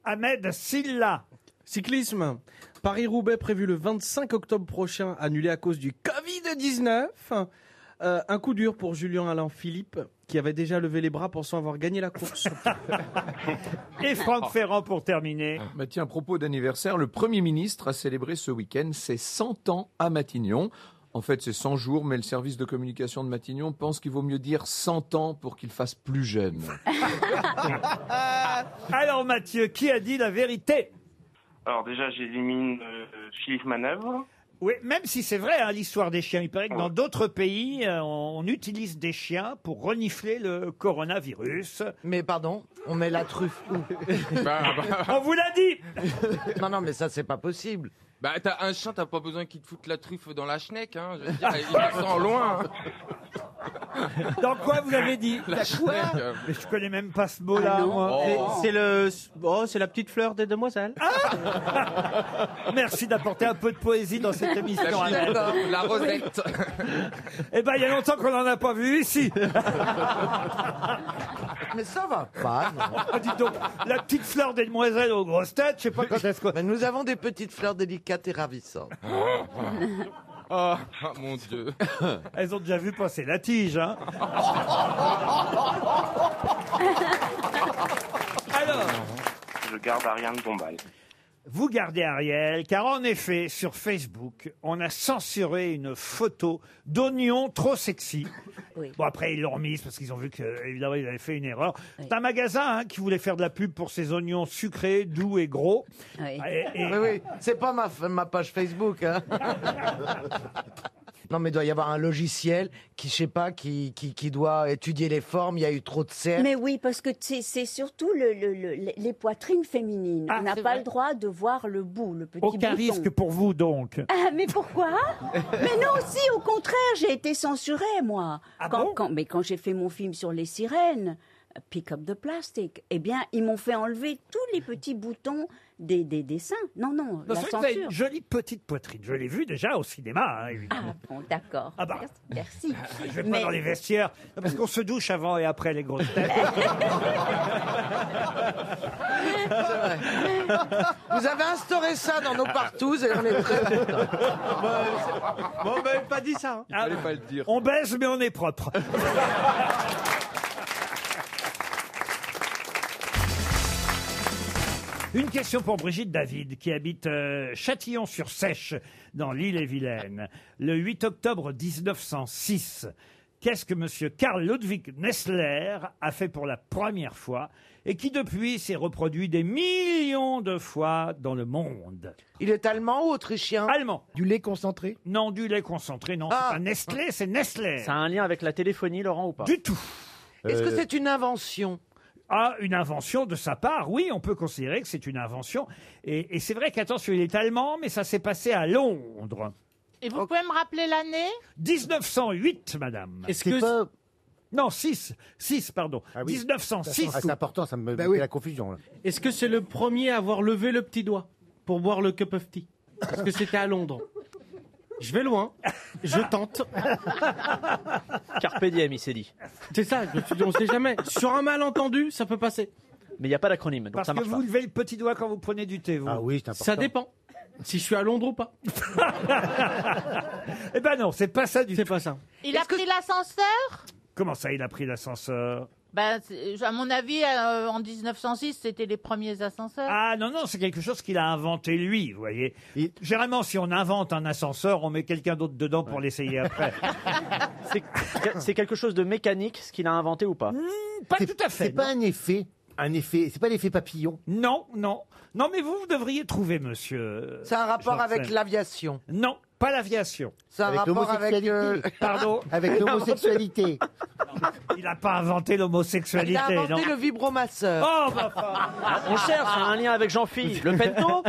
Ahmed Silla.
Cyclisme. Paris-Roubaix prévu le 25 octobre prochain, annulé à cause du Covid-19. Euh, un coup dur pour Julien Alain Philippe, qui avait déjà levé les bras pensant avoir gagné la course.
Et Franck Ferrand pour terminer.
Bah Oh. tiens, à propos d'anniversaire, le Premier ministre a célébré ce week-end ses 100 ans à Matignon. En fait, c'est 100 jours, mais le service de communication de Matignon pense qu'il vaut mieux dire 100 ans pour qu'il fasse plus jeune.
Alors Mathieu, qui a dit la vérité
Alors déjà, j'élimine euh, Philippe Manœuvre.
Oui, même si c'est vrai, hein, l'histoire des chiens. Il paraît que dans d'autres pays, euh, on utilise des chiens pour renifler le coronavirus.
Mais pardon, on met la truffe où
On vous l'a dit
Non, non, mais ça, c'est pas possible.
Bah, t'as un chien, t'as pas besoin qu'il te foute la truffe dans la schneck, hein. Je veux dire, il passe en loin. hein.
Dans quoi vous avez dit
La schneck. euh,
Mais je connais même pas ce mot-là.
Ah non.
moi.
C'est- C'est le, oh, c'est la petite fleur des demoiselles.
Merci d'apporter un peu de poésie dans cette émission.
La
Ariel.
Rosette, la Rosette.
Eh ben, il y a longtemps qu'on n'en a pas vu ici.
Mais ça va.
Ah, dites donc, la petite fleur des demoiselles aux grosses têtes, je sais pas quand est-ce que...
Mais nous avons des petites fleurs délicates et ravissantes.
Oh, mon dieu.
Elles ont déjà vu passer la tige, hein
Je garde Ariane Dombal.
Vous gardez Ariel, car en effet, sur Facebook, on a censuré une photo d'oignons trop sexy. Bon, après, ils l'ont remise parce qu'ils ont vu que, évidemment, ils avaient fait une erreur. C'est un magasin hein, qui voulait faire de la pub pour ses oignons sucrés, doux et gros. Ah, Et- et-
Oui, oui, c'est pas ma, ma page Facebook. hein.
Non, mais il doit y avoir un logiciel qui, je sais pas, qui, qui, qui doit étudier les formes. Il y a eu trop de cernes.
Mais oui, parce que c'est c'est surtout le- le- le- les- les poitrines féminines. On n'a pas le droit de voir le bout, le petit
Ah, Aucun
bouton.
risque pour vous, donc.
Ah, mais pourquoi Mais non, si, au contraire, j'ai été censurée, moi.
Ah
quand, quand- mais quand j'ai fait mon film sur les sirènes, euh, Pick Up the Plastic, eh bien, ils m'ont fait enlever tous les petits boutons des, des dessins. Non, non,
Non,
la
c'est vrai que vous avez
censure.
une jolie petite poitrine. Je l'ai vue déjà au cinéma, hein, évidemment.
Ah Bon, d'accord.
Ah bah.
Merci.
Je vais
Ah. Mais-
pas dans les vestiaires, parce qu'on se douche avant et après les grosses têtes.
Vous avez instauré ça dans nos partous et on est très contents.
Bon, on m'avait pas dit ça. Ah, On baise, mais on est propre. Une question pour Brigitte David, qui habite euh, Châtillon-sur-Sèche, dans l'île-et-Vilaine. Le 8 octobre 1906, qu'est-ce que M. Karl Ludwig Nessler a fait pour la première fois et qui depuis s'est reproduit des millions de fois dans le monde Il est allemand ou autrichien Allemand. Du lait concentré Non, du lait concentré, non.
Ah.
C'est pas Nestlé, c'est Nestlé.
Ça a un lien avec la téléphonie, Laurent, ou pas
Du tout.
Est-ce que Euh, c'est
une invention ah, une invention de sa part, oui, on peut considérer que c'est une invention. Et, et c'est vrai qu'attention, il est allemand, mais ça s'est passé à Londres.
Et vous pouvez me rappeler l'année
1908, madame. Est-ce que... Non, 6. 6, pardon. 1906.
Ah, c'est important, ça me
Bah
met
oui.
la confusion. là.
Est-ce que c'est le premier à avoir levé le petit doigt pour boire le cup of tea Parce que c'était à Londres. Je vais loin, je tente.
Carpe diem, il s'est dit.
C'est ça, je me suis dit, on sait jamais. Sur un malentendu, ça peut passer.
Mais il n'y a pas d'acronyme, donc
Parce
ça
que
marche
vous
pas.
levez le petit doigt quand vous prenez du thé, vous.
Ah oui, c'est important.
Ça dépend. Si je suis à Londres ou pas.
Eh ben non, c'est pas ça du tout.
C'est pas ça.
Il a pris l'ascenseur
Comment ça, il a pris l'ascenseur
ben, c'est- À mon avis, euh, en 1906, c'était les premiers ascenseurs.
Ah non, non, c'est quelque chose qu'il a inventé lui, vous voyez. Généralement, si on invente un ascenseur, on met quelqu'un d'autre dedans pour l'essayer après.
C'est- C'est quelque chose de mécanique, ce qu'il a inventé ou pas
Hmm, Pas tout à fait.
C'est pas un effet. Un effet. C'est pas l'effet papillon.
Non, non. Non, mais vous, vous devriez trouver, monsieur.
C'est un rapport
Janssen.
avec
l'aviation.
Non, pas l'aviation.
C'est un Avec rapport l'homosexualité. avec, euh,
Pardon
Avec l'homosexualité.
Il n'a pas inventé l'homosexualité,
Il a inventé
non
le vibromasseur.
Oh, bah, enfin.
On cherche un lien avec Jean-Philippe. Le pento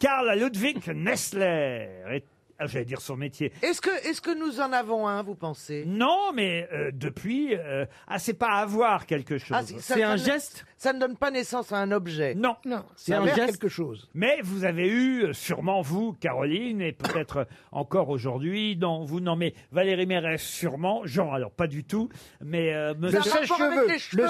Karl Ludwig Nessler. est- ah, J'allais dire son métier.
Est-ce que, est que nous en avons un, vous pensez
Non, mais euh, depuis, euh, ah, c'est pas avoir quelque chose.
Ah, c'est- ça- ça ne- Ça ne donne pas naissance à un objet.
Non, non.
c'est un geste.
chose. Mais vous avez eu, euh, sûrement vous, Caroline, et peut-être encore aujourd'hui, non, vous, non, mais Valérie Mérès, sûrement, Jean, alors pas du tout, mais euh, monsieur-
Ça a rapport avec les cheveux.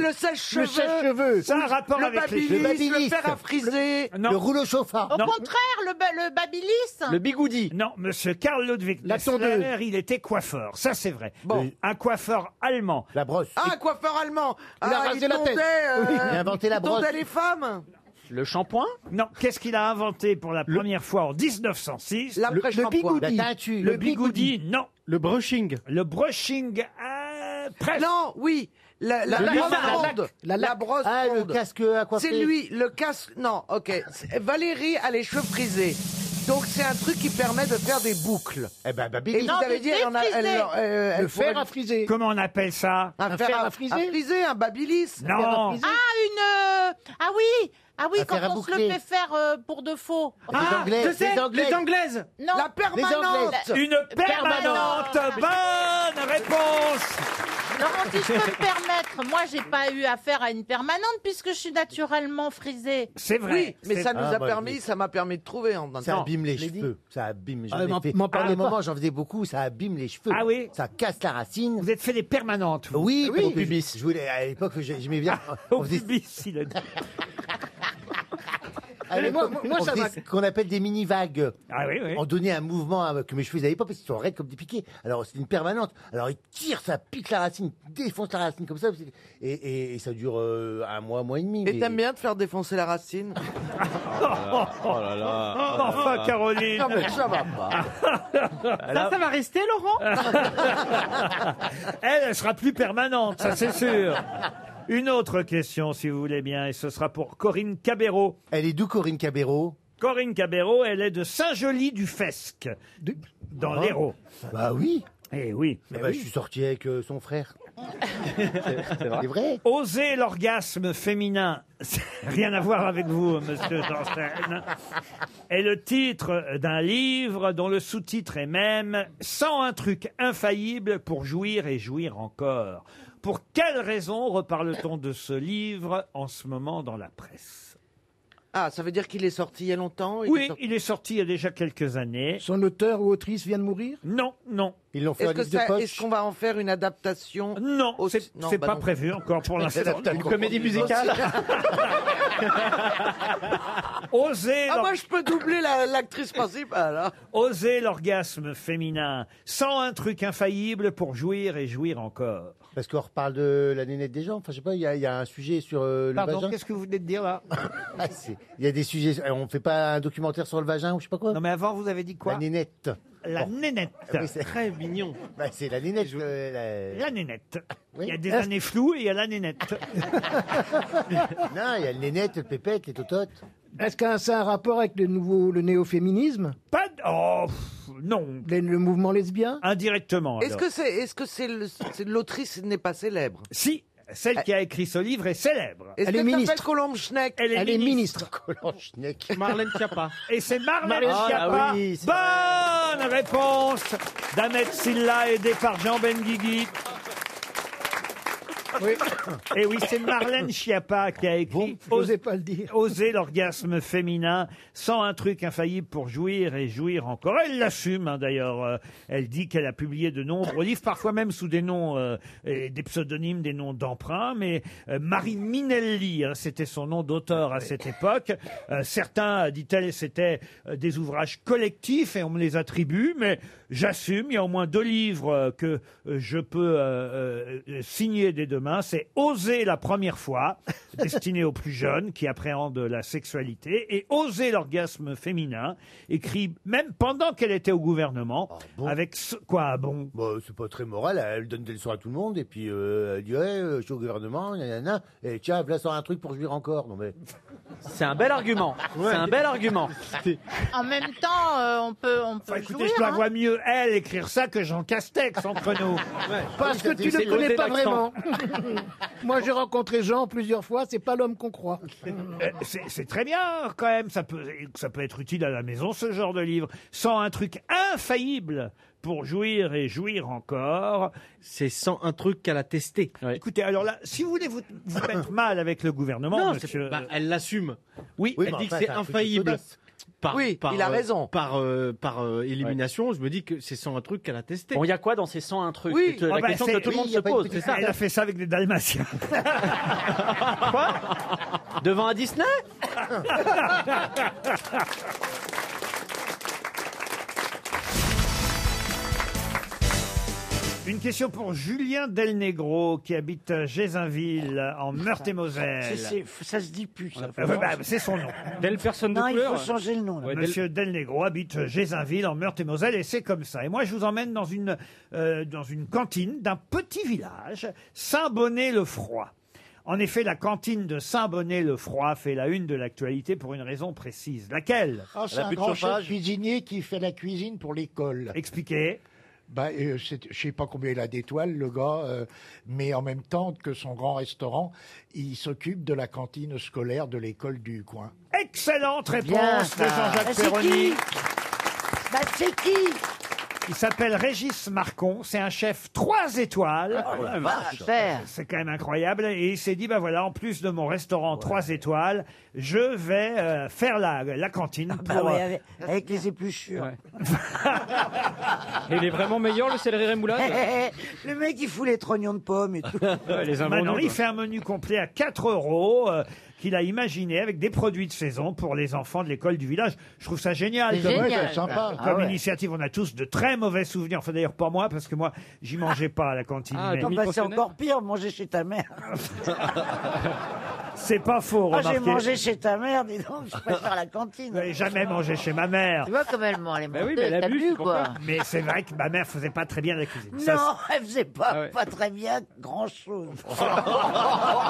Le sèche-cheveux.
Ça a un rapport
le
avec
babyliss,
les
le
babyliss.
fer à friser.
Non.
Au
Ah, Non.
contraire, le, ba- le babilis
bigoudi. Non, monsieur Karl Ludwig Nessler, il était coiffeur. Ça, c'est vrai.
Bon.
Un coiffeur allemand. La brosse.
Ah, un coiffeur allemand.
Il a
ah,
rasé la
tondait,
tête.
euh,
Oui. Il a inventé la
il tondait
brosse.
les femmes.
Le shampoing Non, qu'est-ce qu'il a inventé pour la première fois en 1906
Le- L'après-shampoing. le bigoudi. La teinture.
Le
Le
bigoudi,
bigoudi.
non. Le brushing. Le brushing, euh, presque.
Non, oui. La, la,
Le
la
liard.
brosse
La
ronde.
laque. La laque.
brosse
Ah, le
ronde.
casque à coiffer.
C'est lui, le casque. Non, ok. C'est- Valérie a les cheveux frisés. Donc c'est un truc qui permet de faire des boucles.
Eh ben, bah,
Et vous avez dit, elle en a- elle- euh, elle pourrait-
friser. Comment on appelle ça
Un, fer, à, friser, un babilis.
Non. fer à friser.
Ah, une. euh, Ah oui Ah oui,
Un
quand
fer à
on se le
boucler.
fait faire euh, pour de faux.
Ah, je sais, les Anglaises.
Non.
La permanente.
Une permanente. Bonne réponse.
Laurent, si je peux me permettre, moi, j'ai pas eu affaire à une permanente puisque je suis naturellement frisée.
C'est
Oui, mais ça nous
Ah,
a
bah,
permis,
oui.
ça m'a permis de trouver en même
Ça
temps.
abîme les
Lady.
cheveux. Ça abîme.
Ah,
J'en ai
m'en-
fait-
m'en
à
parlez
des
pas.
moments, j'en faisais beaucoup. Ça abîme les cheveux.
Ah oui
Ça casse la racine.
Vous êtes fait des permanentes. vous.
Oui,
Oui.
oui. Je voulais, à l'époque, je- j'aimais bien.
Ah, Au pubis, il a dit.
Ah, mais moi, moi, moi,
On
ça
dit-
m'a- ce qu'on appelle des mini-vagues.
Ah oui, oui.
On donnait un mouvement à- que mes cheveux n'avaient pas parce qu'ils sont raides comme des piquets. Alors c'est une permanente. Alors ils tirent, ça pique la racine, défonce la racine comme ça. Et, et- et ça dure euh, un mois, un mois et demi.
Et t'aimes bien te faire défoncer la racine
Oh là là.
Enfin, Caroline.
Non, mais ça va pas.
Ça, ça va rester, Laurent
Elle, elle sera plus permanente, ça c'est sûr. Une autre question, si vous voulez bien, et ce sera pour Corinne Cabero.
Elle est d'où Corinne Cabero
Corinne Cabero, elle est de Saint-Joly-du-Fesque, dans
Ah.
l'Hérault.
Bah oui.
Eh oui.
Ah bah, Je suis sorti avec euh, son frère.
C'est vrai. Oser l'orgasme féminin, rien à voir avec vous, monsieur Janssen, est le titre d'un livre dont le sous-titre est même 101 trucs infaillibles pour jouir et jouir encore. Pour quelle raison reparle-t-on de ce livre en ce moment dans la presse
Ah, ça veut dire qu'il est sorti il y a longtemps il est
Oui,
sorti-
il est sorti il y a déjà quelques années.
Son auteur ou autrice vient de mourir
Non, non.
Ils l'ont
fait un
Est-ce que
livre de
ça-
poche
est-ce qu'on va en faire une adaptation
Non, c'est c'est
bah
pas prévu encore pour l'instant. Oser.
Ah, moi, je peux doubler la- l'actrice principale. hein.
Oser l'orgasme féminin sans un truc infaillible pour jouir et jouir encore.
Parce qu'on reparle de la nénette des gens. Enfin, je sais pas, il y, a- il y a un sujet sur euh, le vagin.
que vous venez de dire là
Ah, c'est- Il y a des sujets. euh, On fait pas un documentaire sur le vagin ou je sais pas quoi Non,
mais avant, vous avez dit quoi
La nénette. Ah
La nénette.
c'est Bah,
très mignon.
c'est la nénette. euh, la-
La nénette. Il y a des
Est-ce-
années floues et il y a la nénette.
non, il y a le nénette, le pépette, les tototes.
Est-ce qu'un ça a un rapport avec le nouveau le néo-féminisme
Pas oh pff, non.
Le, le mouvement lesbien
Indirectement.
Est-ce
alors.
que c'est, est-ce que c'est le- c'est l'autrice n'est pas célèbre
Si, celle qui a écrit ce livre est célèbre.
Est-ce qu'elle s'appelle Colombe Schneck
Elle est Elle est ministre.
Marlène Schiappa.
Et c'est Marlène
Marlène- Ah,
Schiappa.
oui,
Bonne réponse d'Ahmed Silla, aidé par Jean Benguigui. Et oui, c'est Marlène Schiappa qui a écrit Oser,
pas le dire.
Oser l'orgasme féminin sans un truc infaillible pour jouir et jouir encore. Elle l'assume hein, d'ailleurs. Euh, Elle dit qu'elle a publié de nombreux livres, parfois même sous des noms, euh, et des pseudonymes, des noms d'emprunt. Mais euh, Marie Minelli, hein, c'était son nom d'auteur à cette époque. Euh, certains, dit-elle, c'était euh, des ouvrages collectifs et on me les attribue, mais j'assume. Il y a au moins deux livres euh, que euh, je peux euh, euh, signer dès demain. C'est Oser la première fois, destiné aux plus jeunes qui appréhendent la sexualité, et Oser l'orgasme féminin, écrit même pendant qu'elle était au gouvernement, avec ce- quoi ah bon
Ah Bah, c'est pas très moral, elle donne des leçons à tout le monde, et puis euh, elle dit Ouais, euh, je suis au gouvernement, nanana, et tiens, voilà sort un truc pour jouir encore. Non, mais.
C'est un bel argument. C'est un bel argument.
En même temps, euh, on peut, on peut
Écoutez,
jouir,
je la
hein.
vois mieux elle écrire ça que Jean Castex entre nous.
Parce que tu ne le connais pas vraiment. Moi, j'ai rencontré Jean plusieurs fois, c'est pas l'homme qu'on croit.
Euh, C'est c'est très bien quand même, ça peut, ça peut être utile à la maison ce genre de livre, sans un truc infaillible pour jouir et jouir encore.
C'est sans un truc qu'elle a testé.
Écoutez, alors là, si vous voulez vous, vous mettre mal avec le gouvernement,
Non,
monsieur...
c'est- bah, elle l'assume.
Oui,
elle dit que c'est infaillible.
Oui, il a
euh,
raison.
Par, euh, par euh, élimination, je me dis que c'est sans un truc qu'elle a testé.
Bon, il y a quoi dans ces 101 trucs
Oui,
C'est, euh,
ah
la
bah,
question
c'est-
que tout le
oui,
monde
il y a
se
pas
pose,
une
c'est
petite-
ça
Elle a fait ça avec des Dalmatiens.
Devant un Disney
Une question pour Julien Delnegro qui habite Gézinville en Meurthe-et-Moselle.
C'est- c'est- ça se dit plus, ça.
Ah, bah, bah, c'est son nom. Belle personne
de Non, il couleur. faut changer le nom, là. Ouais, Del-
Monsieur Del Negro habite euh, Gézinville en Meurthe-et-Moselle et c'est comme ça. Et moi, je vous emmène dans une, euh, dans une cantine d'un petit village, Saint-Bonnet-le-Froid. En effet, la cantine de Saint-Bonnet-le-Froid fait la une de l'actualité pour une raison précise. Laquelle
Ah, c'est un grand chef cuisinier qui fait la cuisine pour l'école.
Expliquez.
Bah, euh, c'est- je sais pas combien il a d'étoiles, le gars, euh, mais en même temps que son grand restaurant, il s'occupe de la cantine scolaire de l'école du coin.
Excellente
Bien,
réponse
ça.
de Jean-Jacques
Bah, c'est
Perroni.
qui
Euh, Bah, c'est qui
Il s'appelle Régis Marcon, c'est un chef 3 étoiles.
Ah, oh la vache. Super.
C'est quand même incroyable. Et il s'est dit, bah voilà, en plus de mon restaurant 3 étoiles, je vais euh, faire la, la cantine.
bah
pour,
ouais,
euh,
avec, avec les épluchures.
Et il est vraiment meilleur le céleri rémoulade
le mec, il fout les trognons de pommes et tout.
Maintenant, il fait un menu complet à 4 euros euh, qu'il a imaginé avec des produits de saison pour les enfants de l'école du village. Je trouve ça génial.
C'est
comme, euh,
génial. Ouais, c'est sympa.
Comme
Ah ouais.
initiative, on a tous de très mauvais souvenirs. Enfin, d'ailleurs, pas moi, parce que moi, j'y mangeais pas à la cantine.
Ah,
mais-
bah, c'est encore pire, manger chez ta mère.
C'est pas faux,
Ah, j'ai
remarquez.
mangé chez ta mère, dis donc, je préfère la cantine.
J'avais jamais mangé chez ma mère.
Tu vois comme elle mange les
Bah
Bah Mais
menteuses, t'as vu, quoi.
Mais c'est vrai que ma mère faisait pas très bien la cuisine. Ça,
Non, elle faisait pas,
Ah ouais.
pas très bien grand-chose.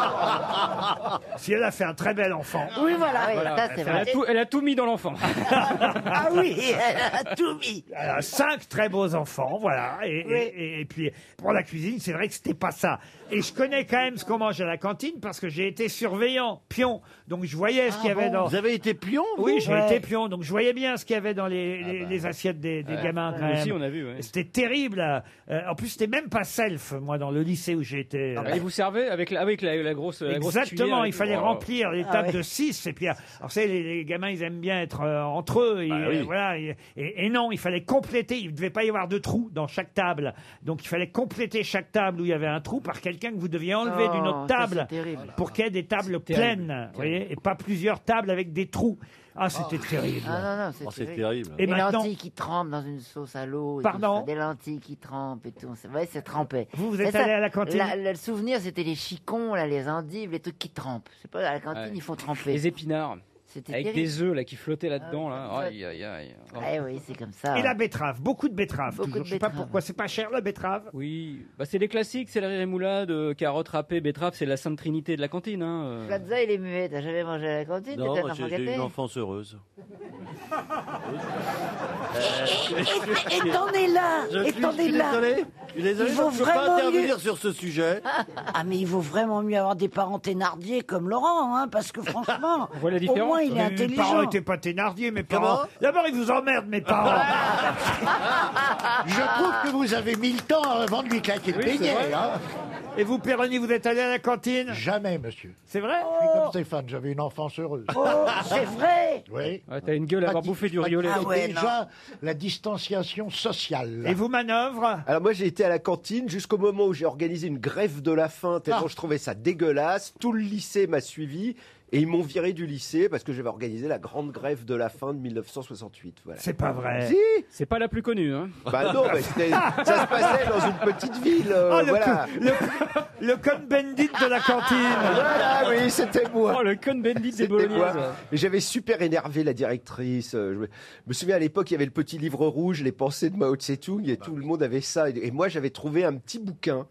c'est- si elle a fait un très bel enfant.
Oui, voilà, oui, ça, c'est
fait
vrai.
un-
Elle a
tout- elle a tout mis dans l'enfant.
ah oui, elle a tout mis.
Elle a Euh, cinq très beaux enfants, voilà. Et,
Oui.
et- et puis, pour la cuisine, c'est vrai que c'était pas ça. Et je connais quand même ce qu'on mange à la cantine parce que j'ai été surveillant, pion. Donc je voyais ce
Ah
qu'il y avait
bon.
dans.
Vous avez été pion vous
Oui, j'ai
Ouais.
été pion. Donc je voyais bien ce qu'il y avait dans les, les- les assiettes des, des
Ouais.
gamins quand
Nous
même.
aussi, on a vu, ouais.
C'était terrible. là. Euh, en plus, c'était même pas self, moi, dans le lycée où j'ai été.
Ah
Ah,
euh,
bah,
Et vous servez avec la, avec la, la grosse. la grosse
Exactement,
cuillère et
il
euh,
tout.
fallait
Oh.
remplir les
Ah
tables
ouais.
de 6. Et puis, alors, vous savez, les, les gamins, ils aiment bien être euh, entre eux. et,
Bah oui.
euh, voilà, et, et- et non, il fallait compléter. Il ne devait pas y avoir de trou dans chaque table. Donc, il fallait compléter chaque table où il y avait un trou par quelqu'un que vous deviez enlever
Oh,
d'une autre
ça,
table
c'est terrible.
pour qu'il y ait des tables
C'est terrible,
pleines, vous voyez, et pas plusieurs tables avec des trous. Ah, c'était terrible.
Ah non, non, c'est
Oh, c'est
terrible.
terrible.
Et
Et
les
maintenant-
lentilles qui trempent dans une sauce à l'eau. et
Pardon
tout ça, Des lentilles qui trempent et tout. C'est- Ouais, c'est trempé.
Vous, vous
Mais
êtes allé à la cantine
Le souvenir, c'était les chicons, là, les endives, les trucs qui trempent. C'est pas à la cantine, il faut tremper.
Les épinards.
C'était
Avec
terrible.
des œufs là qui flottaient là-dedans.
Ah
Là.
oui,
Aïe, aïe, aïe. Oh.
Ouais, Eh oui, c'est comme ça.
Et la betterave, beaucoup de betteraves.
Beaucoup
toujours.
de
Je sais pas
betteraves.
pourquoi, c'est pas cher la betterave.
Oui, bah, c'est les classiques, c'est la rémoulade, euh, carotte râpée, betterave, c'est la sainte trinité de la cantine. Hein, euh.
Plaza, il est muet. T'as jamais mangé à la cantine
Non,
T'étais un
moi,
enfant
j'ai- j'ai
gâté
une enfance heureuse.
Et- et- et t'en es là,
Je
et
suis-
t'en
je
es
suis
là.
Désolé, je suis désolé,
Il
je
vaut
ne peux pas
vraiment
intervenir
mieux.
sur ce sujet.
Ah mais il vaut vraiment mieux avoir des parents Thénardier comme Laurent, hein, parce que franchement,
On voit la
au moins il est
Mais Mes parents
intelligent.
n'étaient pas Thénardier, mes
Comment
parents. D'abord, ils vous emmerdent, mes parents. Ah,
Je trouve que vous avez mis le temps avant de lui claquer le
Oui, c'est
beignet.
vrai.
hein.
Et vous, Péroni, vous êtes allé à la cantine
Jamais, monsieur.
C'est vrai
Je suis comme Stéphane, j'avais une enfance heureuse.
Oh, c'est vrai
Oui.
Ouais, T'as une gueule à avoir bouffé du riolet.
Ah ouais, déjà la distanciation sociale.
Et vous, manœuvre
Alors moi j'ai été à la cantine jusqu'au moment où j'ai organisé une grève de la faim tellement
Ah.
je trouvais ça dégueulasse. Tout le lycée m'a suivi et ils m'ont viré du lycée parce que j'avais organisé la grande grève de la faim de 1968. Voilà.
C'est pas vrai.
Si
C'est pas la plus connue. Hein.
Bah non, mais c'était- ça se passait dans une petite ville. euh,
Ah, le,
voilà.
co- le, le con-bendit de la cantine.
Voilà, oui, c'était moi.
Oh, le con-bendit des
C'était
Bolognaises.
moi. Et J'avais super énervé la directrice. Euh, Je me- je me souviens à l'époque, il y avait le petit livre rouge, Les pensées de Mao Tse-tung, et tout le monde avait ça. Et et moi, j'avais trouvé un petit bouquin.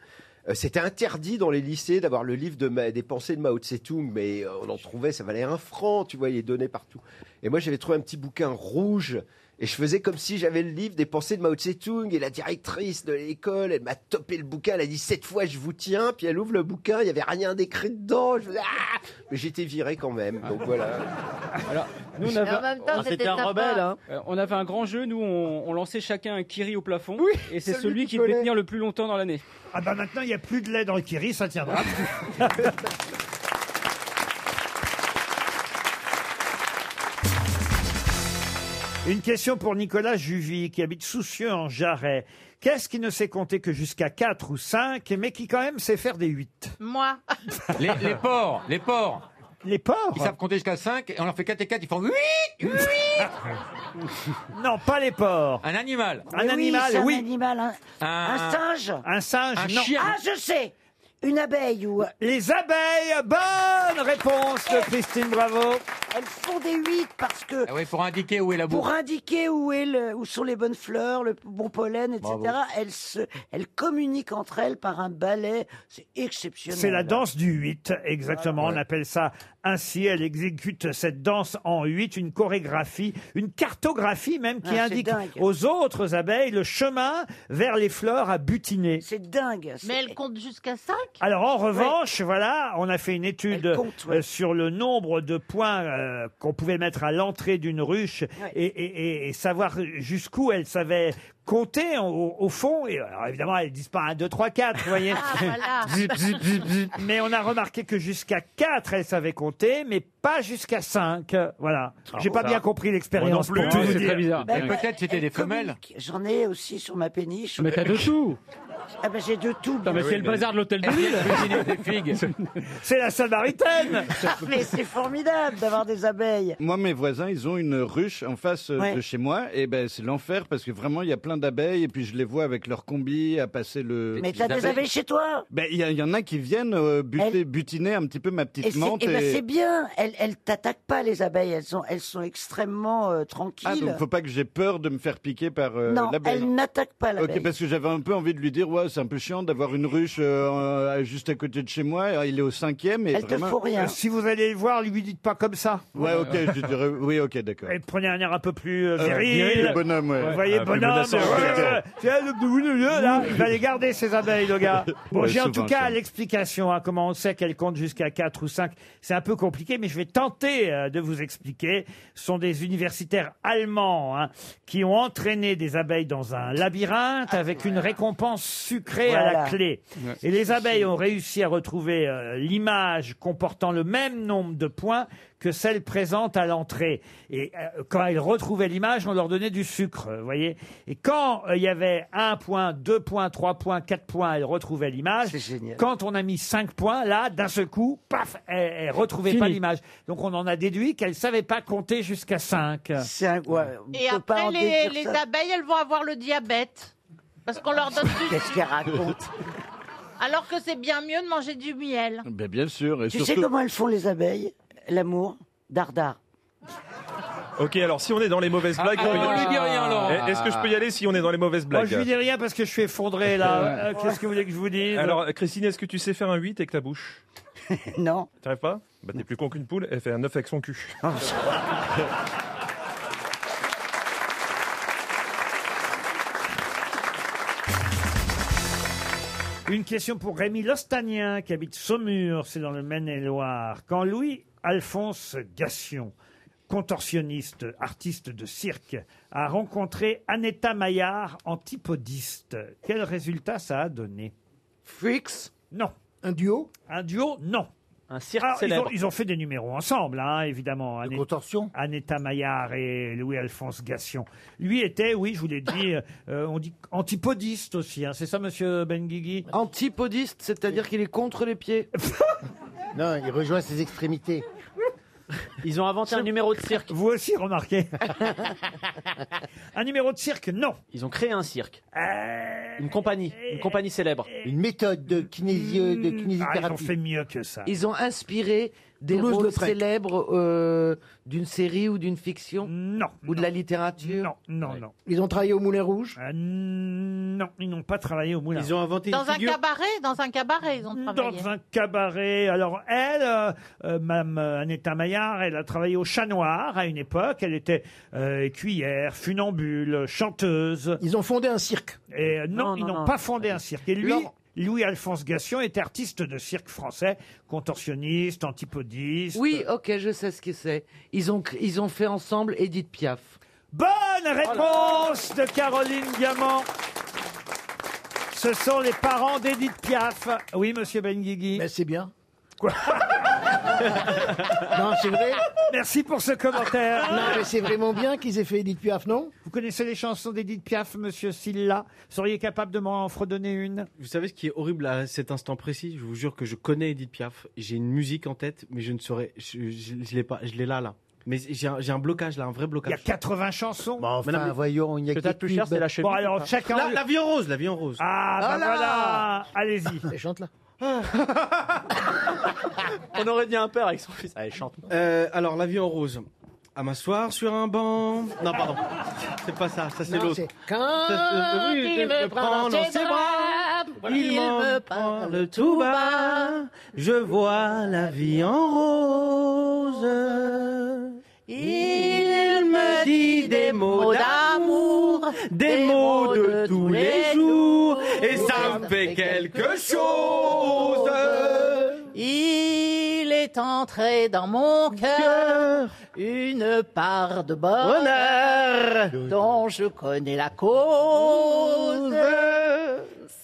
Euh, C'était interdit dans les lycées d'avoir le livre de ma- des pensées de Mao Tse-tung, mais euh, on en trouvait, ça valait un franc, tu vois, il est donné partout. Et moi, j'avais trouvé un petit bouquin rouge, et je faisais comme si j'avais le livre des pensées de Mao Tse-tung, et la directrice de l'école, elle m'a topé le bouquin, elle a dit cette fois je vous tiens, puis elle ouvre le bouquin, il n'y avait rien d'écrit dedans, je faisais, Ah mais j'étais viré quand même, donc
Ah.
voilà.
Alors, nous, on avait...
Mais en même temps, Ah, c'était c'était un sympa. rebelle, hein.
Euh, on avait un grand jeu, nous, on, on lançait chacun un kiri au plafond. et c'est
celui
celui
qui
qui devait
connaît.
tenir le plus longtemps dans l'année.
Ah bah maintenant, il n'y a plus de lait dans le kiri, ça tiendra. Une question pour Nicolas Juvy, qui habite Soucieux en Jarret. Qu'est-ce qui ne sait compter que jusqu'à 4 ou 5, mais qui quand même sait faire des 8
Moi.
Les, les porcs, les porcs.
Les porcs
Ils savent compter jusqu'à 5 et on leur fait 4 et 4, ils font 8, 8
Non, pas les porcs.
Un animal.
Un animal,
c'est
oui.
Un animal, un, un singe.
Un singe, non.
Ah, je sais. Une abeille ou euh, Eh.
Les abeilles, bonne réponse de Christine Bravo.
elles font des huit parce que
Ah oui, pour indiquer où est la bourre.
pour indiquer où est le, où sont les bonnes fleurs, le bon pollen, etc.
Bravo.
Elles se, elles communiquent entre elles par un ballet. C'est exceptionnel.
C'est la danse du 8, exactement. On appelle ça ainsi. Elle exécute cette danse en 8, une chorégraphie, une cartographie même qui
Ah, c'est
indique
dingue.
aux autres abeilles le chemin vers les fleurs à butiner.
C'est dingue.
Mais elle compte jusqu'à 5
Alors en revanche, voilà, on a fait une étude euh, sur le nombre de points euh, qu'on pouvait mettre à l'entrée d'une ruche et, et- et- et savoir jusqu'où elle savait compter au, au fond. Et alors, évidemment, elles disent pas 1, 2, 3, 4, vous voyez.
voilà.
Zip, zip, zip, zip. Mais on a remarqué que jusqu'à 4, elle savait compter, mais pas jusqu'à 5. Voilà.
Ah,
J'ai pas
ça.
bien compris
Moi non
l'expérience
plus,
hein,
pour tout
ouais,
vous
c'est
dire.
très bizarre.
Ben,
peut-être c'était
elle
des femelles.
communique. J'en ai aussi sur ma péniche. Euh,
Mais t'as de tout.
Ah ben j'ai de tout.
Non, mais
moi.
c'est le bazar de
Eh
l'hôtel de ville.
C'est la Samaritaine
Ah, Mais c'est formidable d'avoir des abeilles.
Moi, mes voisins, ils ont une ruche en face euh,
Ouais.
de chez moi. Et ben, c'est l'enfer parce que vraiment, il y a plein d'abeilles. Et puis, je les vois avec leur combi à passer le.
Mais t'as des abeilles chez toi
Ben, il y, a- il y en a qui viennent euh, buter- butiner un petit peu ma petite
Et c'est
menthe.
eh ben, c'est bien, elles, elles t'attaquent pas les abeilles, elles sont, elles sont extrêmement euh, tranquilles.
Ah, donc faut pas que j'ai peur de me faire piquer par euh,
non,
l'abeille.
elles n'attaquent pas l'abeille.
Ok, parce que j'avais un peu envie de lui dire, ouais, c'est un peu chiant d'avoir une ruche euh, euh, juste à côté de chez moi. Ah, Il est au cinquième et vraiment.
Si vous allez le voir, lui dites pas comme ça.
Ouais, ok, je dirais, oui, ok, d'accord.
Et prenez un air un peu plus euh,
Euh,
viril.
viril, bonhomme, ouais.
Vous voyez,
Ah, plus
bonhomme.
menaçant,
ouais,
ouais.
ouais, ouais. C'est là, le petit bout de lieu, là. Il va les garder, ces abeilles, le gars. Bon,
Ouais,
j'ai en
souvent,
tout cas
ça.
l'explication, hein, comment on sait qu'elles comptent jusqu'à 4 ou 5. C'est un peu compliqué, mais je vais tenter euh, de vous expliquer. Ce sont des universitaires allemands hein, qui ont entraîné des abeilles dans un labyrinthe avec une récompense sucrée à la
Voilà.
clé.
Ouais.
Et les abeilles ont réussi à retrouver euh, l'image comportant le même nombre de points que celle présente à l'entrée. Et euh, quand elles retrouvaient l'image, on leur donnait du sucre, euh, vous voyez. Et quand euh, il y avait un point, deux points, trois points, quatre points, elles retrouvaient l'image. Quand on a mis cinq points, là, d'un seul coup, paf, elles, elles retrouvaient
Fini.
pas l'image. Donc on en a déduit qu'elles savaient pas compter jusqu'à cinq.
Cinq, ouais.
Et
peut pas
après,
en
les,
déduire
les
ça.
abeilles, elles vont avoir le diabète. Parce qu'on leur donne du...
Qu'est-ce qu'elle raconte
Alors que c'est bien mieux de manger du miel.
Ben, bien sûr. Et
Tu sais
surtout-
comment elles font les abeilles L'amour Dardar.
Ok, alors si on est dans les mauvaises blagues,
ah,
on peut y
on
aller.
lui dit rien, Laurent.
Eh, Est-ce que je peux y aller si on est dans les mauvaises
Moi,
blagues
Oh, je lui dis rien parce que je suis effondré, là. Euh, Qu'est-ce que vous voulez que je vous dise
Alors, Christine, est-ce que tu sais faire un 8 avec ta bouche
Non.
T'arrives pas Bah, t'es plus con qu'une poule, elle fait un 9 avec son cul.
Une question pour Rémi Lostanien, qui habite Saumur, c'est dans le Maine-et-Loire. Quand Louis-Alphonse Gassion, contorsionniste, artiste de cirque, a rencontré Aneta Maillard, antipodiste, quel résultat ça a donné Freaks Non. Un duo Un duo, non. Un cirque
célèbre.
ils ont fait des numéros ensemble, hein, évidemment. Une contorsion Aneta Maillard et Louis-Alphonse Gassion. Lui était, oui, je vous l'ai dit, euh, on dit antipodiste aussi. hein. C'est ça, monsieur Benguigui Antipodiste, c'est-à-dire qu'il est contre les pieds.
Non, il rejoint ses extrémités.
Ils ont inventé un numéro de cirque. Vous aussi, remarquez. un numéro de cirque, non. Euh,
Ils ont créé un cirque. Une compagnie. Une compagnie célèbre.
Une méthode de, kinésio, de kinésithérapie.
Ah, ils ont fait mieux que ça.
Ils
Ils ont inspiré des
Toulouse
rôles
Lautrec.
célèbres euh, d'une série ou d'une fiction
Non.
Ou de la littérature
Non, non, non. Euh,
Ils ont travaillé au Moulin Rouge
Non, ils n'ont pas travaillé au moulin. Ils ont inventé
Dans un cabaret, dans un cabaret, ils ont travaillé.
Dans un cabaret. Alors, elle, euh, euh, Mme euh, Aneta Maillard, elle a travaillé au Chat Noir à une époque. Elle était euh, cuillère, funambule, chanteuse. Ils ont fondé un cirque. Et, euh, non,
Non,
ils
non,
n'ont
non.
pas fondé un cirque. Et lui.
Laurent-
Louis-Alphonse Gassion est artiste de cirque français, contorsionniste, antipodiste.
Oui, ok, je sais ce que c'est. Ils ont, cr- ils ont fait ensemble Edith Piaf.
Bonne réponse de Caroline Diamant. Ce sont les parents d'Edith Piaf. Oui, monsieur Benguigui. Mais c'est bien. Quoi Non, c'est vrai. Merci pour ce commentaire.
Non, mais c'est vraiment bien qu'ils aient fait Edith Piaf, non
Vous connaissez les chansons d'Edith Piaf, monsieur Silla Seriez capable de m'en fredonner une
Vous savez ce qui est horrible à cet instant précis Je vous jure que je connais Edith Piaf. J'ai une musique en tête, mais je ne saurais. Je, je- je l'ai pas. Je l'ai là, là. Mais j'ai un, j'ai un blocage, là, un vrai blocage.
Il y a 80 chansons.
enfin,
voyons, il y a
Peut-être plus cher, c'est la
Bon, alors, chacun.
La, la vie en rose, la vie en rose.
Ah, bah
là
voilà Allez-y. chante là. bah.
Ah, On aurait dit un père avec son fils. Allez, chante.
Euh, alors, la vie en rose. À m'asseoir sur un banc. Non, pardon. C'est pas ça, ça c'est
Non,
l'autre.
c'est
Ça, c'est- euh, oui,
il
je
me prend dans ses bras,
Voilà.
il me
parle tout bas. Je vois la vie en rose.
Il me dit des mots d'amour,
des mots de tous les jours, et ça me fait
quelque chose.
Il est entré dans mon cœur une part de bonheur dont je connais la cause.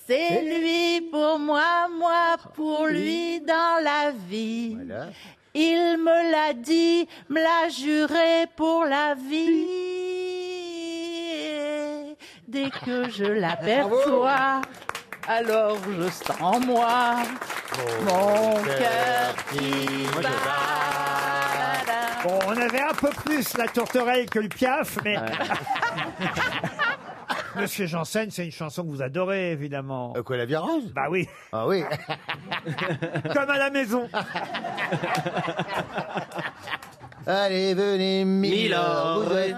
C'est lui pour moi, moi pour lui dans la vie.
Hein
Il me l'a dit, me l'a juré pour la vie. Dès que je l'aperçois, Alors je sens en moi
Oh,
mon cœur
qui Bon, on avait un peu plus la tourterelle que le piaf, mais. Monsieur Janssen, c'est une chanson que vous adorez, évidemment.
Euh, quoi, la virage
Bah oui.
Ah oui.
Comme à la maison.
Allez, venez, Milord,
Milord,
vous êtes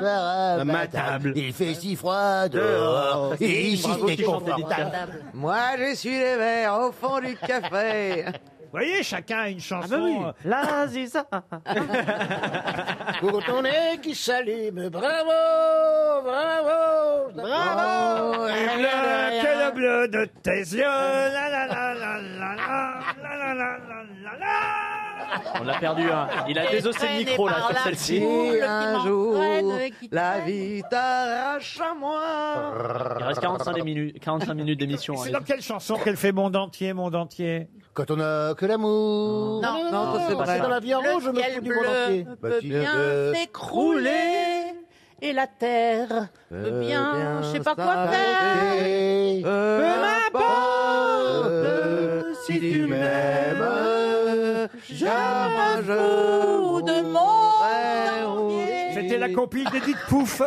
à
ma
ma table. Il fait si froid
Dehors,
dehors, et ici
bravo,
c'est
tu chantes à
confortable.
Moi, je suis les verres au fond du café. Ah bah
Vous voyez, chacun a une chanson. euh,
La Ziza.
Pour ton nez qui s'allume, bravo, bravo, bravo.
Oh, Le bleu, que le bleu de tes yeux. La, la, la, la, la, la, la, la, la, la, la, la.
On a perdu un. Il a désossé le micro là sur celle-ci.
Si un jour
qui
la vie t'arrache à moi.
Il reste 45 des minutes, 45 minutes d'émission.
C'est
hein.
dans quelle chanson qu'elle fait Monde entier, Monde entier
Quand on a que l'amour.
Non, non,
c'est
c'est
vrai.
dans la vie en
Le
rouge, je me
ciel
fous du
bleu
monde entier.
Bah,
peut
tu-
bien
euh,
s'écrouler et la terre
Euh,
peut bien, je sais pas quoi faire.
Peu
m'importe
si tu
m'aimes,
je me fous de mon entier.
C'était la compile d'Edith Pouf.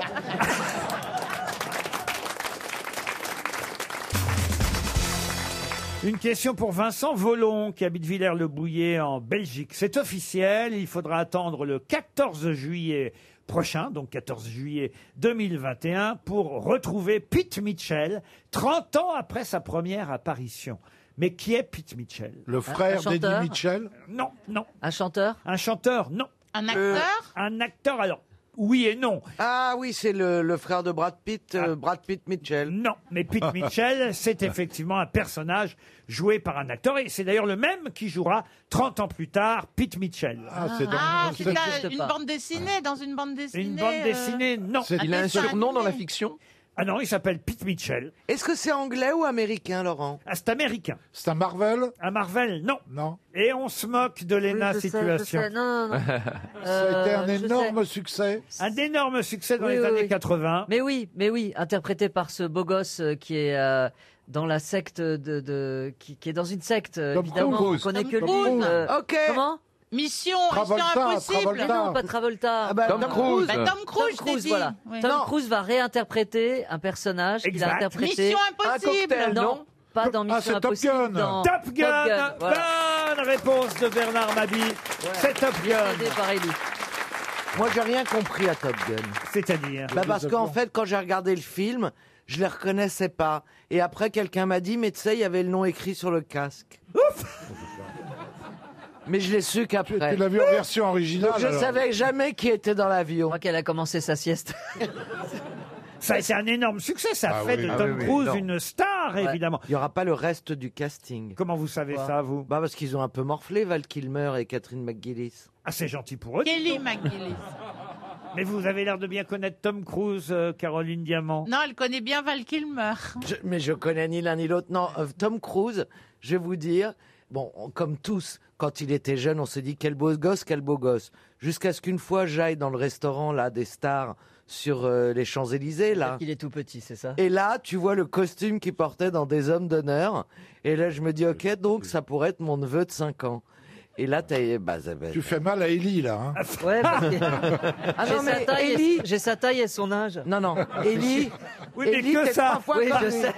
Une question pour Vincent Volon, qui habite Villers-le-Bouillet en Belgique. C'est officiel, il faudra attendre le 14 juillet prochain, donc 14 juillet 2021, pour retrouver Pete Mitchell, 30 ans après sa première apparition. Mais qui est Pete Mitchell
Le frère
un
d'Eddie
chanteur
Mitchell
Non, non.
Un chanteur
Un chanteur, non. Euh,
Un
acteur
Un acteur, alors, oui et non. Ah.
Ah oui, c'est le, le frère de Brad Pitt, euh, Brad Pitt Mitchell.
Non, mais Pete Mitchell, c'est effectivement un personnage joué par un acteur, et c'est d'ailleurs le même qui jouera 30 ans plus tard Pete Mitchell.
Ah, c'est là, une bande dessinée, dans une bande dessinée.
Une bande
euh,
dessinée, non.
C'est- il a un dessin surnom dans la animé.
fiction Ah non, il s'appelle Pete Mitchell.
Est-ce que c'est anglais ou américain, Laurent
Ah, c'est américain.
C'est un Marvel
Un Marvel, non.
Non.
Et on se moque de l'ENA
je sais, je
situation.
sais, non, Euh, non, non. Ça a été un énorme succès.
Un énorme succès dans
Euh, Oui,
les
oui,
années
oui.
80.
Mais oui, mais oui, interprété par ce beau gosse euh, qui est euh, dans la secte de, de- qui, qui est dans une secte euh,
Tom
évidemment, on
Cruise.
connaît
Tom
que
Cruise.
lui. euh,
ok.
Comment
Mission, Mission
Travolta,
Impossible.
Mais non, pas Travolta.
bah, Tom Tom Cruise. Cruise. Bah, Tom Cruise, je t'ai dit.
voilà.
Oui.
Tom
Non.
Cruise va réinterpréter un personnage qu'il a
Exact.
interprété.
Mission Impossible. Un cocktail,
non,
non
pas dans
Ah,
Mission
c'est Top
Impossible.
Gun.
dans
Top Gun,
voilà.
Bonne réponse de Bernard Mabi. C'est Top Gun.
Moi, j'ai rien compris à Top Gun.
C'est-à-dire
Bah parce qu'en fait, quand j'ai regardé le film, je les reconnaissais pas. Et après, quelqu'un m'a dit, mais tu sais, il y avait le nom écrit sur le casque. Ouf Mais je l'ai su qu'après.
Tu l'as vu en version originale.
Donc, je
alors.
savais jamais qui était dans l'avion.
Je crois qu'elle a commencé sa sieste.
Ça a été un énorme succès. Ça a
Ah
fait
oui,
de
ah
Tom
oui, oui,
Cruise
non.
une star,
Ouais.
évidemment.
Il n'y aura pas le reste du casting.
Comment vous savez ça, vous
Bah parce qu'ils ont un peu morflé, Val Kilmer et Catherine McGuinness.
Ah, c'est gentil pour eux. dis
Kelly
donc.
McGillis.
Mais vous avez l'air de bien connaître Tom Cruise, euh, Caroline Diamant.
Non, elle connaît bien Val Kilmer.
Je- mais je connais ni l'un ni l'autre. Non, euh, Tom Cruise, je vais vous dire, bon, on- comme tous, quand il était jeune, on se dit quel beau gosse, quel beau gosse. Jusqu'à ce qu'une fois j'aille dans le restaurant là des stars sur euh, les Champs-Élysées là.
Il est tout petit, c'est ça
Et là, tu vois le costume qu'il portait dans Des Hommes d'honneur. Et là, je me dis, ok, donc ça pourrait être mon neveu de 5 ans. Et là, t'as... Bah, ça va-
Tu fais mal à Ellie, là. hein.
Ouais, parce que-
Ah
J'ai
non,
sa
mais
taille et-
Ellie
J'ai sa taille et son âge.
Non, non. Ellie Oui, mais Ellie, que t'es ça. trois fois
Oui, je
pareil.
sais.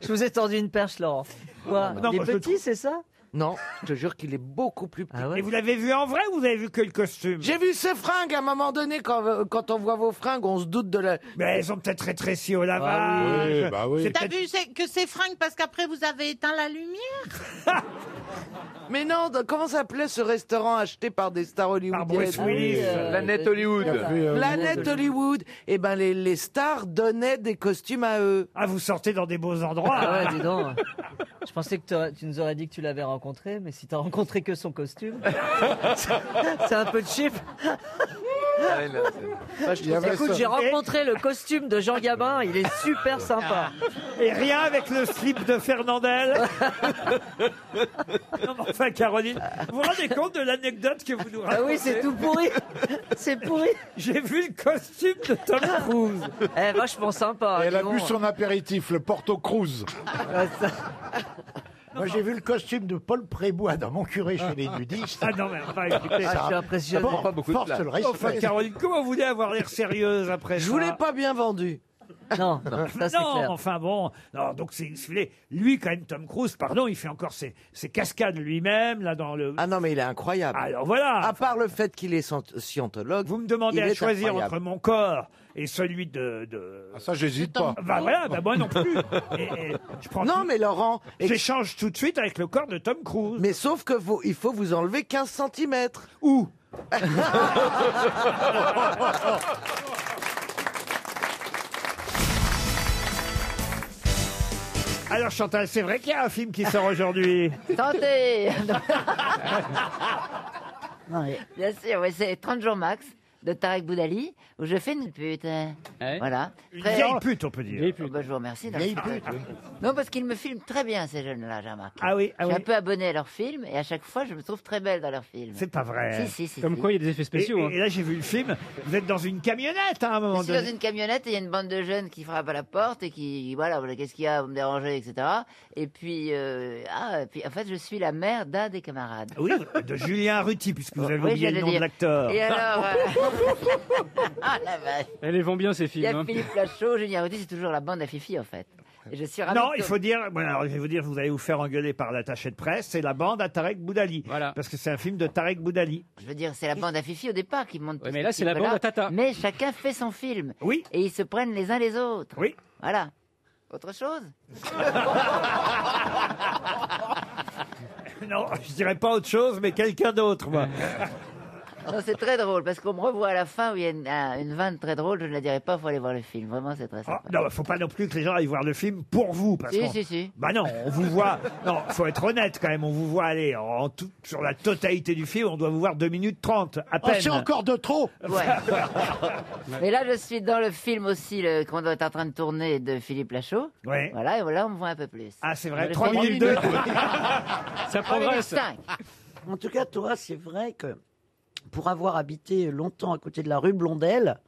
Je vous ai tendu une perche, Laurent. Quoi
Non,
Il est
moi, je
petit, c'est ça
Non, je te jure qu'il est beaucoup plus petit.
Et vous l'avez vu en vrai ou vous avez vu que le costume
J'ai vu ses fringues à un moment donné, quand, quand on voit vos fringues, on se doute de la.
Mais elles ont peut-être
Ah
rétréci au lavage.
oui, bah oui.
C'est
T'as
peut-être-
vu c'est- que c'est fringue parce qu'après vous avez éteint la lumière
Mais non, de- comment s'appelait ce restaurant acheté par des stars hollywoodiennes
Bruce Willis. Ah oui, euh, Planète Hollywood.
Planète
Café, euh,
Planète Hollywood. Eh ben, les, les stars donnaient des costumes à eux.
Ah, vous sortez dans des beaux
Oh
endroits.
Ah ouais, dis donc. Je pensais que t'aurais- tu nous aurais dit que tu l'avais rencontré, mais si t'as rencontré que son costume, c'est un peu cheap. Il y avait Écoute, ça. j'ai rencontré le costume de Jean Gabin, il est super
Ah.
sympa.
Et rien avec le slip de Fernandel. non, mais enfin, Caroline, vous vous rendez compte de l'anecdote que vous nous
Ah
racontez
oui, c'est tout pourri. C'est pourri.
J'ai vu le costume de Tom Cruise.
Eh, vachement sympa.
Elle a
dis
bu
donc.
son apéritif, le Porto Cruz. Moi, j'ai vu le costume de Paul Prébois dans Mon curé chez les nudistes.
Ah non, mais enfin, écoutez,
Ça- Bon, force le respect.
Enfin, Caroline, comment vous voulez avoir l'air sérieuse après
Je
ça
vous l'ai pas bien vendu.
Non, ça, c'est
Non,
clair.
enfin bon. Non, donc, c'est, si vous voulez, lui, quand même, Tom Cruise, pardon, il fait encore ses, ses cascades lui-même, là, dans le.
Ah non, mais il est incroyable.
Alors voilà.
À part le fait qu'il est scient- scientologue.
Vous me demandez
il
à
est
choisir
incroyable.
entre mon corps et celui de. de...
Ah, ça, j'hésite
pas. Bah voilà, bah moi non plus. Et- et je prends
Non,
tout-
mais Laurent.
J'échange tout de suite avec le corps de Tom Cruise.
Mais sauf que vous- il faut vous enlever 15 cm.
Où Alors, Chantal, c'est vrai qu'il y a un film qui sort aujourd'hui.
Tentez Bien sûr, oui, c'est 30 jours max de Tarek Boudali où je fais une pute. hein. Voilà.
Une
Très-
Ah vieille pute, on peut dire.
Oh, bah, je vous remercie.
Vieille
Non,
pute, oui.
Non, parce qu'ils me filment très bien, ces jeunes-là, j'ai remarqué.
Ah oui, ah
je suis
oui.
un peu abonné à leurs films et à chaque fois, je me trouve très belle dans leurs films.
C'est pas vrai.
Si, si, si. si.
Euh, Et,
hein.
et là, j'ai vu le film. Vous êtes dans une camionnette hein, à un
Je
moment
suis
donné.
dans une camionnette et il y a une bande de jeunes qui frappent à la porte et qui, voilà, voilà, qu'est-ce qu'il y a, vous me dérangez, etc. Et puis, euh, ah, et puis en fait, je suis la mère d'un des camarades.
Oui, de Julien Ruti, puisque vous avez
Oui,
oublié
j'allais
le nom de
dire.
l'acteur.
Et alors euh, Ah la vache
Elles les vend bien ces
Il y
films.
a
hein.
Philippe Lachaud, Julien Rudy, c'est toujours la bande à Fifi en fait. Et je suis ravi
Non,
que-
il faut dire, bon, alors, je vais vous dire, vous allez vous faire engueuler par l'attaché de presse, c'est la bande à Tarek Boudali. Parce que c'est un film de Tarek Boudali.
Je veux dire, c'est la bande à Fifi au départ qui monte. tout
mais
ce
là, c'est la
film-là.
bande à Tata.
Mais chacun fait son film.
Oui.
Et ils se prennent les uns les autres.
Oui.
Voilà. Autre chose
Non, je dirais pas autre chose, mais quelqu'un d'autre, moi.
Non, c'est très drôle parce qu'on me revoit à la fin où il y a une, un- une vanne très drôle. Je ne la dirai pas, il faut aller voir le film. Vraiment, c'est très sympa.
Non, faut pas non plus que les gens aillent voir le film pour vous. Parce
Si,
qu'on-
si, si.
Bah non, on vous voit. Non, faut être honnête quand même, on vous voit aller en en tout, sur la totalité du film, on doit vous voir 2 minutes 30 à
Oh,
peine.
c'est encore
de trop
Ouais. Mais là, je suis dans le film aussi le- qu'on est en train de tourner de Philippe Lachaud.
Ouais.
Voilà, et voilà, on me voit un peu plus.
Ah, c'est
Je
vrai,
le
3
fais-
minutes 2.
Ça progresse.
En tout cas, Thomas, c'est vrai que pour avoir habité longtemps à côté de la rue Blondel,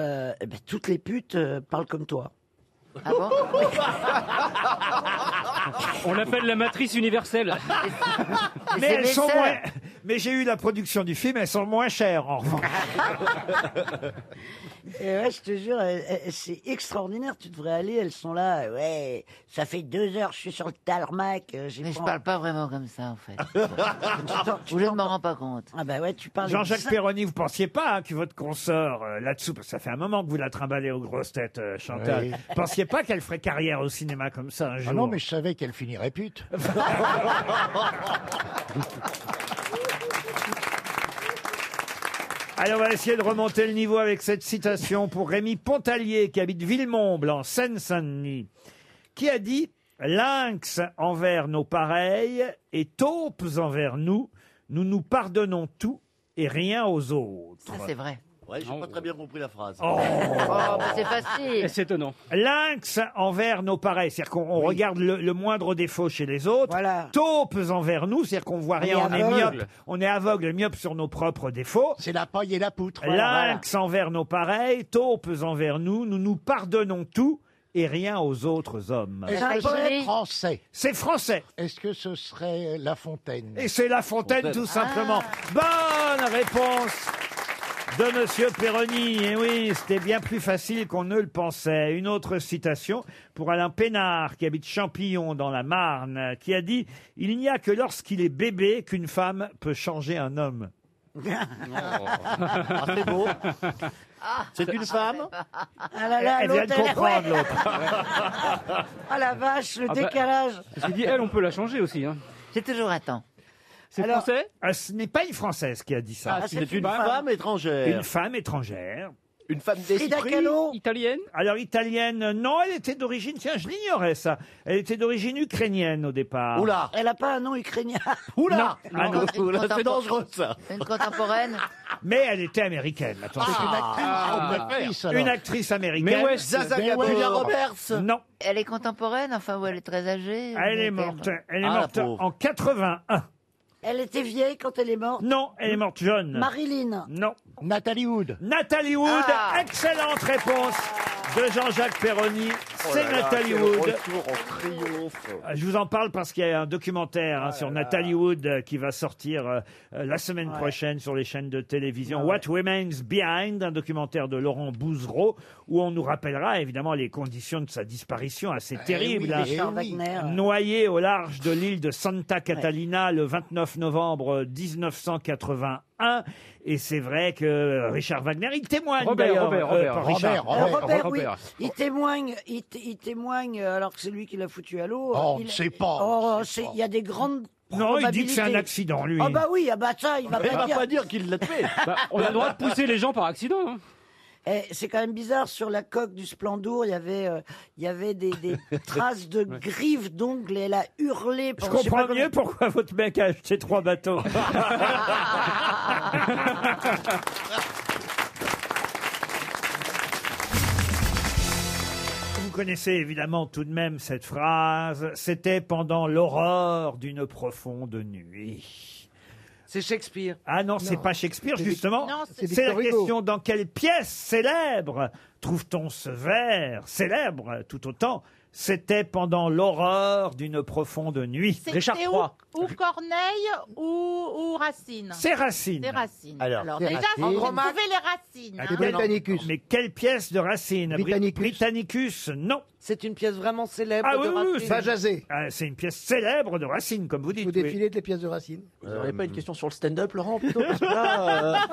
euh, eh ben, toutes les putes euh, parlent comme toi.
Ah bon
On l'appelle la matrice universelle.
Mais elles sont moins... Mais j'ai eu la production du film, elles sont moins chères, en revanche.
Et ouais, je te jure, euh, euh, c'est extraordinaire. Tu devrais aller, elles sont là. Ouais, ça fait deux heures, je suis sur le tarmac. euh, j'ai
Mais je
en-
parle pas vraiment comme ça, en fait.
Tu t'en- tu
Ou je ne m'en rends pas compte.
Ah bah ouais, tu parles.
Jean-Jacques
ça.
Perroni, vous pensiez pas hein, que votre consoeur euh, là-dessous, parce que ça fait un moment que vous la trimballez aux grosses têtes, euh, Chantal,
Oui.
vous pensiez pas qu'elle ferait carrière au cinéma comme ça un jour
Ah non, mais je savais qu'elle finirait pute.
Allez, on va essayer de remonter le niveau avec cette citation pour Rémi Pontalier, qui habite Villemomble, en Seine-Saint-Denis, qui a dit « Lynx envers nos pareils et taupes envers nous, nous nous pardonnons tout et rien aux autres. »
Ça, c'est vrai.
Ouais, j'ai pas très bien compris la phrase.
Oh.
Oh, mais c'est facile.
C'est étonnant.
Lynx envers nos pareils, c'est-à-dire qu'on on regarde le, le moindre défaut chez les autres. Taupes envers nous, c'est-à-dire qu'on voit
On
rien,
est
on est,
aveugle.
myope, on est aveugle, myope sur nos propres défauts.
C'est la paille et la poutre.
Lynx envers nos pareils, taupes envers nous, nous nous pardonnons tout et rien aux autres hommes.
Est-ce que c'est français
C'est français.
Est-ce que ce serait euh, La Fontaine
Et c'est La Fontaine,
Fontaine.
tout simplement. Bonne réponse de Monsieur Perroni. Et oui, c'était bien plus facile qu'on ne le pensait. Une autre citation pour Alain Pénard, qui habite Champillon dans la Marne, qui a dit « Il n'y a que lorsqu'il est bébé qu'une femme peut changer un homme. »
Ah, c'est beau. C'est une femme
Oh. Ah là là,
Elle vient de
l'autre, elle-
comprendre,
ouais.
l'autre.
Ah la vache, le
Ah bah,
décalage.
Ceci dit, elle, on peut la changer aussi. Hein.
J'ai toujours un temps.
C'est français
Ah, Ce n'est pas une Française qui a dit ça.
Ah, c'est une femme.
étrangère. Une femme étrangère. Une femme
Italienne
Alors, italienne, non, elle était d'origine, tiens, je l'ignorais ça. Elle était d'origine ukrainienne au départ.
Elle a pas un nom ukrainien.
Oula Non. Ah non.
C'est dangereux ça.
Une contemporaine
Mais elle était américaine. attention.
C'est une actrice, Ah.
une
on
actrice,
préfère. alors.
américaine. Ben
Mais ouais, Zaza Mais Gabor. ouais. Julia Roberts.
Non.
Ben Elle est contemporaine, enfin, ou elle est très âgée. ou
Elle est morte. Elle
Ah,
est morte en 81.
Elle était vieille quand elle est morte
Non, elle est morte jeune.
Marilyn.
Non.
Nathalie Wood.
Nathalie Wood.
Ah.
Excellente réponse de Jean-Jacques Perroni.
Oh
C'est Nathalie Wood. Euh, Je vous en parle parce qu'il y a un documentaire hein, sur Nathalie Wood euh, qui va sortir euh, euh, la semaine prochaine sur les chaînes de télévision. What Women's Behind, un documentaire de Laurent Bouzereau où on nous rappellera évidemment les conditions de sa disparition assez
Eh
terribles.
oui,
hein.
Richard Wagner.
Noyé au large de l'île de Santa Catalina le 29 novembre 1981. Et c'est vrai que Richard Wagner, il témoigne
Robert,
d'ailleurs,
Robert,
euh,
Robert,
par
Robert,
Richard.
Alors, Robert, oui, il témoigne, il, t- il témoigne euh, alors que c'est lui qui l'a foutu à l'eau.
Oh, on
il,
ne sait pas,
Oh, c'est- il y a des grandes
Non, il dit que c'est un
probabilités.
accident, lui.
Ah bah oui, ah bah ça, il va
Il
pas
va
dire.
pas
qu'il l'a tué.
Bah,
on a le droit de pousser les gens par accident. hein.
Eh, c'est quand même bizarre, sur la coque du Splendour, il y avait, euh, il y avait des, des traces de griffes d'ongles et elle a hurlé.
Je
pendant- sais pas
comprends
combien-
mieux pourquoi votre mec a acheté trois bateaux. Vous connaissez évidemment tout de même cette phrase. C'était pendant l'aurore d'une profonde nuit.
C'est Shakespeare.
Ah non, c'est pas Shakespeare,
C'est Vic-
justement.
Non, c'est
C'est la
Victor Hugo.
question dans quelle pièce célèbre trouve-t-on ce vers Célèbre tout autant. C'était pendant l'aurore d'une profonde nuit.
C'est- c'est ou- Ou Corneille ou, ou Racine.
C'est Racine.
C'est Racine.
Alors, c'est
déjà,
Racine.
si vous
Andromaque.
trouvez les racines. hein.
Mais quelle pièce de Racine Bri- Britannicus. non.
C'est une pièce vraiment célèbre
Ah
de
oui, oui,
Racine.
oui, c'est- Ah, C'est une pièce célèbre de Racine, comme vous dites. Euh, Vous défilez
de les pièces de Racine
Vous n'aurez pas une question sur le stand-up, Laurent, plutôt parce que là,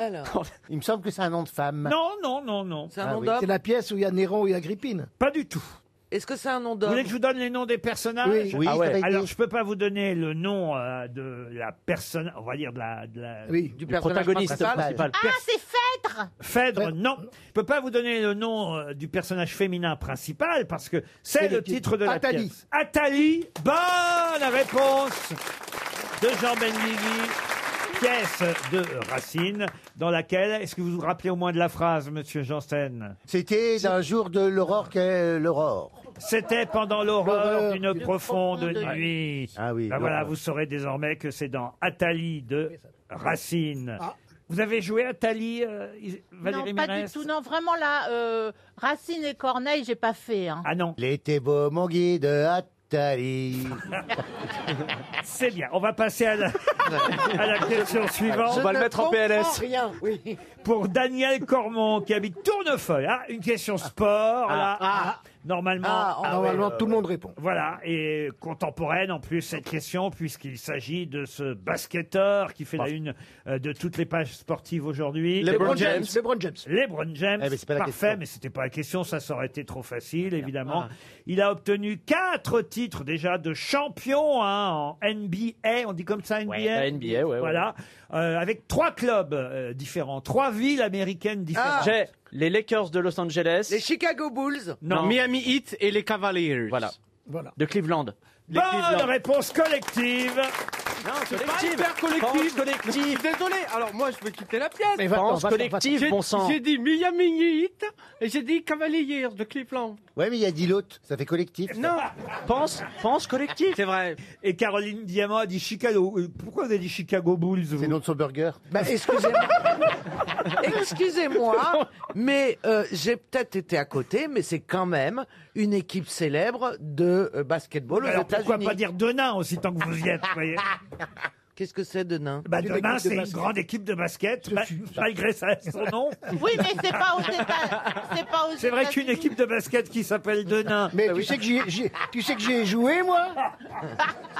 euh,
Il me semble que c'est un nom de femme. Ah
Non, non, non, non. Ah
C'est un nom d'homme
C'est la pièce où il y a Néron et il y a Agrippine.
Pas du tout.
Est-ce que c'est un nom
Vous
d'homme
voulez que je vous donne les noms des personnages
Oui. Oui, Ah ouais. ça va aider.
Alors, je peux pas vous donner le nom euh, de la personne, on va dire de la... de la-
Oui, du Du personnage protagoniste principal. principal.
Ah, c'est Phèdre
Phèdre, non. Je peux pas vous donner le nom euh, du personnage féminin principal parce que c'est
C'est
le
le
titre
titre.
de la
Athalie.
pièce. Athalie. Bonne réponse de Jean Benguigui. Pièce de Racine dans laquelle, est-ce que vous vous rappelez au moins de la phrase, monsieur Janssen
C'était un jour de l'aurore qu'est l'aurore.
C'était pendant l'aurore d'une profonde nuit.
Ah oui,
Ben voilà,
l'aurore.
vous saurez désormais que c'est dans Athalie de Racine. Vous avez joué Athalie, euh, Is- Valérie
Non, pas du
Mérès
tout. Non, vraiment là, euh, Racine et Corneille, j'ai pas fait. hein.
Ah non.
L'été beau, mon guide, Atari.
C'est bien, on va passer à la, à la question suivante.
On va le mettre en PLS.
Rien, oui.
Pour Daniel Cormon, qui habite Tournefeuille. Ah, une question sport,
Ah,
là.
ah.
normalement,
Ah, ah, Normalement, ouais, ouais, tout le ouais. monde répond.
Voilà, et contemporaine en plus cette question, puisqu'il s'agit de ce basketteur qui fait la une euh, de toutes les pages sportives aujourd'hui.
LeBron LeBron James. James.
LeBron James. LeBron James.
Eh ben, c'est pas la
Parfait,
question.
mais c'était pas la question, ça, ça aurait été trop facile,
Ah.
évidemment. Il a obtenu quatre titres déjà de champion hein, en NBA, on dit comme ça NBA
la NBA, ouais, ouais.
Voilà, Euh, avec trois clubs euh, différents, trois villes américaines différentes.
J'ai les Lakers de Los Angeles.
Les Chicago Bulls
Non, Miami Heat et les Cavaliers. Voilà. De Cleveland. Les
Bonne
Cleveland.
réponse collective
Non,
c'est pas
collective.
hyper collectif.
Pense collective.
Désolé, alors moi je veux quitter la pièce.
Mais va-t'en, Pense va-t'en, va-t'en. collective,
J'ai-
bon sang.
J'ai dit Miami Heat et j'ai dit Cavaliers de Cleveland.
Ouais, mais il y a dit l'autre, ça fait collectif.
Non,
pense, pense collectif.
C'est vrai.
Et Caroline Diamant a dit Chicago. Euh, Pourquoi vous avez dit Chicago Bulls C'est
non de son burger.
Bah, excusez-moi. Excusez-moi, mais euh, j'ai peut-être été à côté, mais c'est quand même une équipe célèbre de euh, basketball aux
Alors pourquoi
États-Unis.
pas dire Denain aussi tant que vous y êtes, vous voyez
Qu'est-ce que c'est Denain
bah, Denain, c'est une grande équipe de basket, ma- malgré ça, son nom.
Oui, mais c'est pas aux États- c'est pas aux
C'est vrai qu'une équipe de basket qui s'appelle Denain. Ah
Mais tu sais que j'y ai- j'y ai- tu sais que j'y ai joué, moi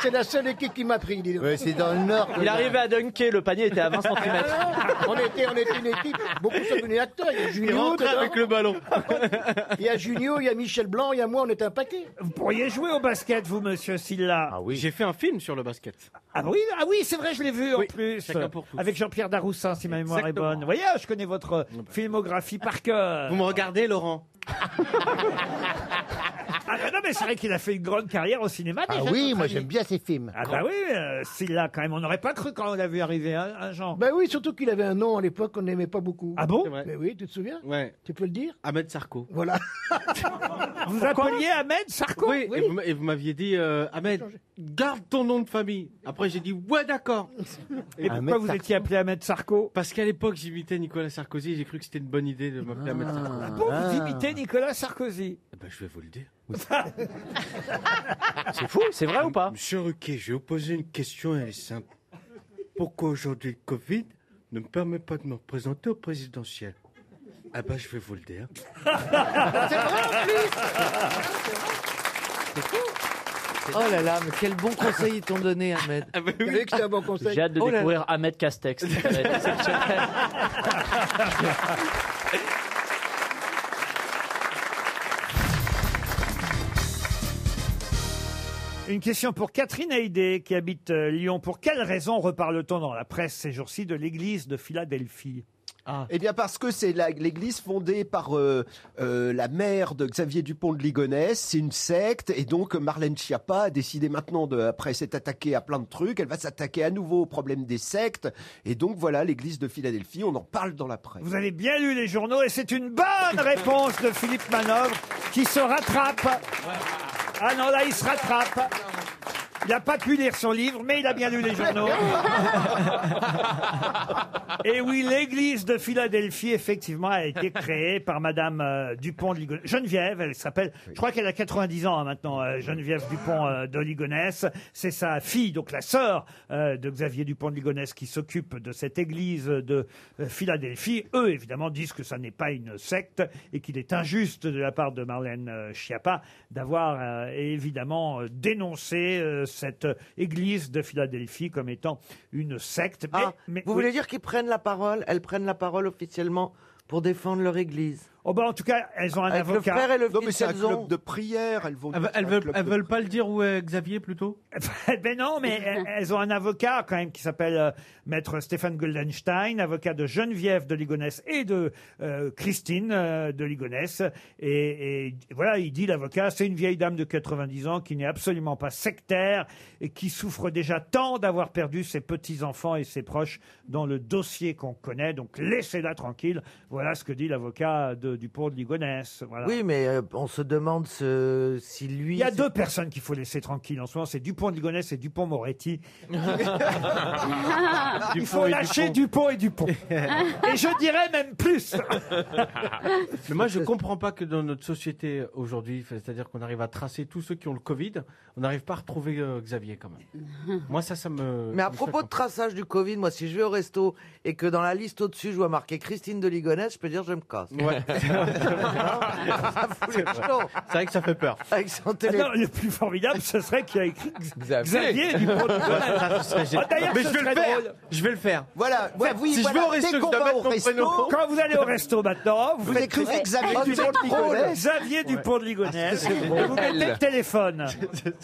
C'est la seule équipe qui m'a pris, dis donc. Ah
Ouais, c'est dans le nord.
Il arrivait à dunker, le panier était à 20 cm.
on, était, on était une équipe, beaucoup sont devenus acteurs. Il y a Junio, dedans.
le ballon.
il y a Junio, il y a Michel Blanc, il y a moi, on était un paquet.
Vous pourriez jouer au basket, vous, monsieur Silla Ah
J'ai fait un film sur le basket.
Ah oui, ah oui c'est vrai, je l'ai vu en
Oui,
plus.
chacun pour tous.
Avec Jean-Pierre Daroussin, si ma mémoire est
Exactement. bah.
bonne. Vous voyez, je connais votre filmographie par cœur.
Vous me regardez, Laurent
Ah bah non, mais c'est vrai qu'il a fait une grande carrière au cinéma.
Ah
déjà,
oui,
notre
moi
ami.
j'aime bien ces films.
Ah bah oui, euh, s'il l'a quand même. On n'aurait pas cru quand on l'a vu arriver, hein, un genre.
Ben oui, surtout qu'il avait un nom à l'époque qu'on n'aimait pas beaucoup.
Ah bon
Ben oui, tu te souviens
Ouais.
Tu peux le dire
Ahmed Sarko.
Voilà.
Vous appeliez Ahmed Sarko
Oui, et vous m- et vous m'aviez dit, euh, Ahmed, garde ton nom de famille. Après, j'ai dit, ouais, d'accord.
Et pourquoi Ahmed vous Sarko. étiez appelé Ahmed Sarko
Parce qu'à l'époque, j'imitais Nicolas Sarkozy et j'ai cru que c'était une bonne idée de m'appeler Ahmed Sarko.
Ah bon, vous imitez Nicolas Sarkozy
Eh ben, je vais vous le dire.
C'est fou, c'est vrai ou pas
Monsieur Ruquier, je vais vous poser une question, elle est simple. Pourquoi aujourd'hui le Covid ne me permet pas de me représenter au présidentiel Ah ben, je vais vous le dire.
Ah,
Oh là là, mais quel bon conseil ils t'ont donné, Ahmed.
Ah, bah J'ai hâte de
Oh là là.
découvrir Ahmed Castex. Ça va être exceptionnel.
Une question pour Catherine Haidé qui habite euh, Lyon. Pour quelle raison reparle-t-on dans la presse ces jours-ci de l'église de Philadelphie
Ah.
Eh bien parce que c'est la- l'église fondée par euh, euh, la mère de Xavier Dupont de Ligonnès, c'est une secte et donc euh, Marlène Schiappa a décidé maintenant de après s'être attaquée à plein de trucs, elle va s'attaquer à nouveau au problème des sectes et donc voilà l'église de Philadelphie, on en parle dans la presse.
Vous avez bien lu les journaux et c'est une bonne réponse de Philippe Manœuvre qui se rattrape. Ah non, là, il se rattrape. Il n'a pas pu lire son livre, mais il a bien lu les journaux. Et oui, l'église de Philadelphie, effectivement, a été créée par Madame euh, Dupont de Ligonnès. Geneviève, elle s'appelle. Je crois qu'elle a 90 ans hein, maintenant, euh, Geneviève Dupont euh, de Ligonnès. C'est sa fille, donc la sœur euh, de Xavier Dupont de Ligonnès, qui s'occupe de cette église de euh, Philadelphie. Eux, évidemment, disent que ça n'est pas une secte et qu'il est injuste de la part de Marlène euh, Schiappa d'avoir euh, évidemment euh, dénoncé euh, cette église de Philadelphie comme étant une secte. Mais-
Ah,
mais-
vous
oui.
voulez dire qu'ils prennent la parole Elles prennent la parole officiellement pour défendre leur église.
Oh bah en tout cas, elles ont un
Avec
avocat.
Le frère et le
Non,
fils
mais c'est un
qu'elles ont.
club
De prière, elles vont
Elles, Ah, bah, elles veulent, elles veulent pas le dire où est Xavier plutôt
ben non, mais elles- elles ont un avocat quand même qui s'appelle euh, Maître Stéphane Goldenstein, avocat de Geneviève de Ligonnès et de euh, Christine euh, de Ligonnès. Et, et voilà, il dit l'avocat, c'est une vieille dame de 90 ans qui n'est absolument pas sectaire et qui souffre déjà tant d'avoir perdu ses petits-enfants et ses proches dans le dossier qu'on connaît. Donc laissez-la tranquille. Voilà ce que dit l'avocat de- du pont de Ligonnès. Voilà.
Oui, mais euh, on se demande ce- si lui.
Il y a deux personnes qu'il faut laisser tranquilles en ce moment, c'est Dupont de Ligonnès et Dupont Moretti. Il faut lâcher Dupont et Dupont. et je dirais même plus.
Mais moi, je comprends pas que dans notre société aujourd'hui, c'est-à-dire qu'on arrive à tracer tous ceux qui ont le Covid, on n'arrive pas à retrouver euh, Xavier quand même. moi, ça, ça me.
Euh,
Mais à
me
propos de traçage du Covid, moi, si je vais au resto et que dans la liste au-dessus, je vois marqué Christine de Ligonnès, je peux dire je me casse.
Ouais.
ça fout les jetons.
C'est vrai que ça fait peur.
Avec son
Ah
télé.
non, le plus formidable, ce serait qu'il y a écrit X- Xavier Dupont de
Ouais, ça, Oh, ce serait
Ligonnès.
génial.
Ah, D'ailleurs,
Mais
ce
je vais le
serait
faire.
drôle.
Je vais le faire.
Voilà, voilà, oui,
si je
voilà,
vais au resto,
dès
je
qu'on
dois
va
mettre
au
mon
resto,
prénom.
Quand vous allez au resto maintenant, vous,
Vous
faites
écrivez
tourner-
Xavier
Ah,
Dupont de
drôle,
Ligonnès.
Xavier Dupont de Ligonnès.
Ah, c'est
Et vous mettez le
génial.
téléphone.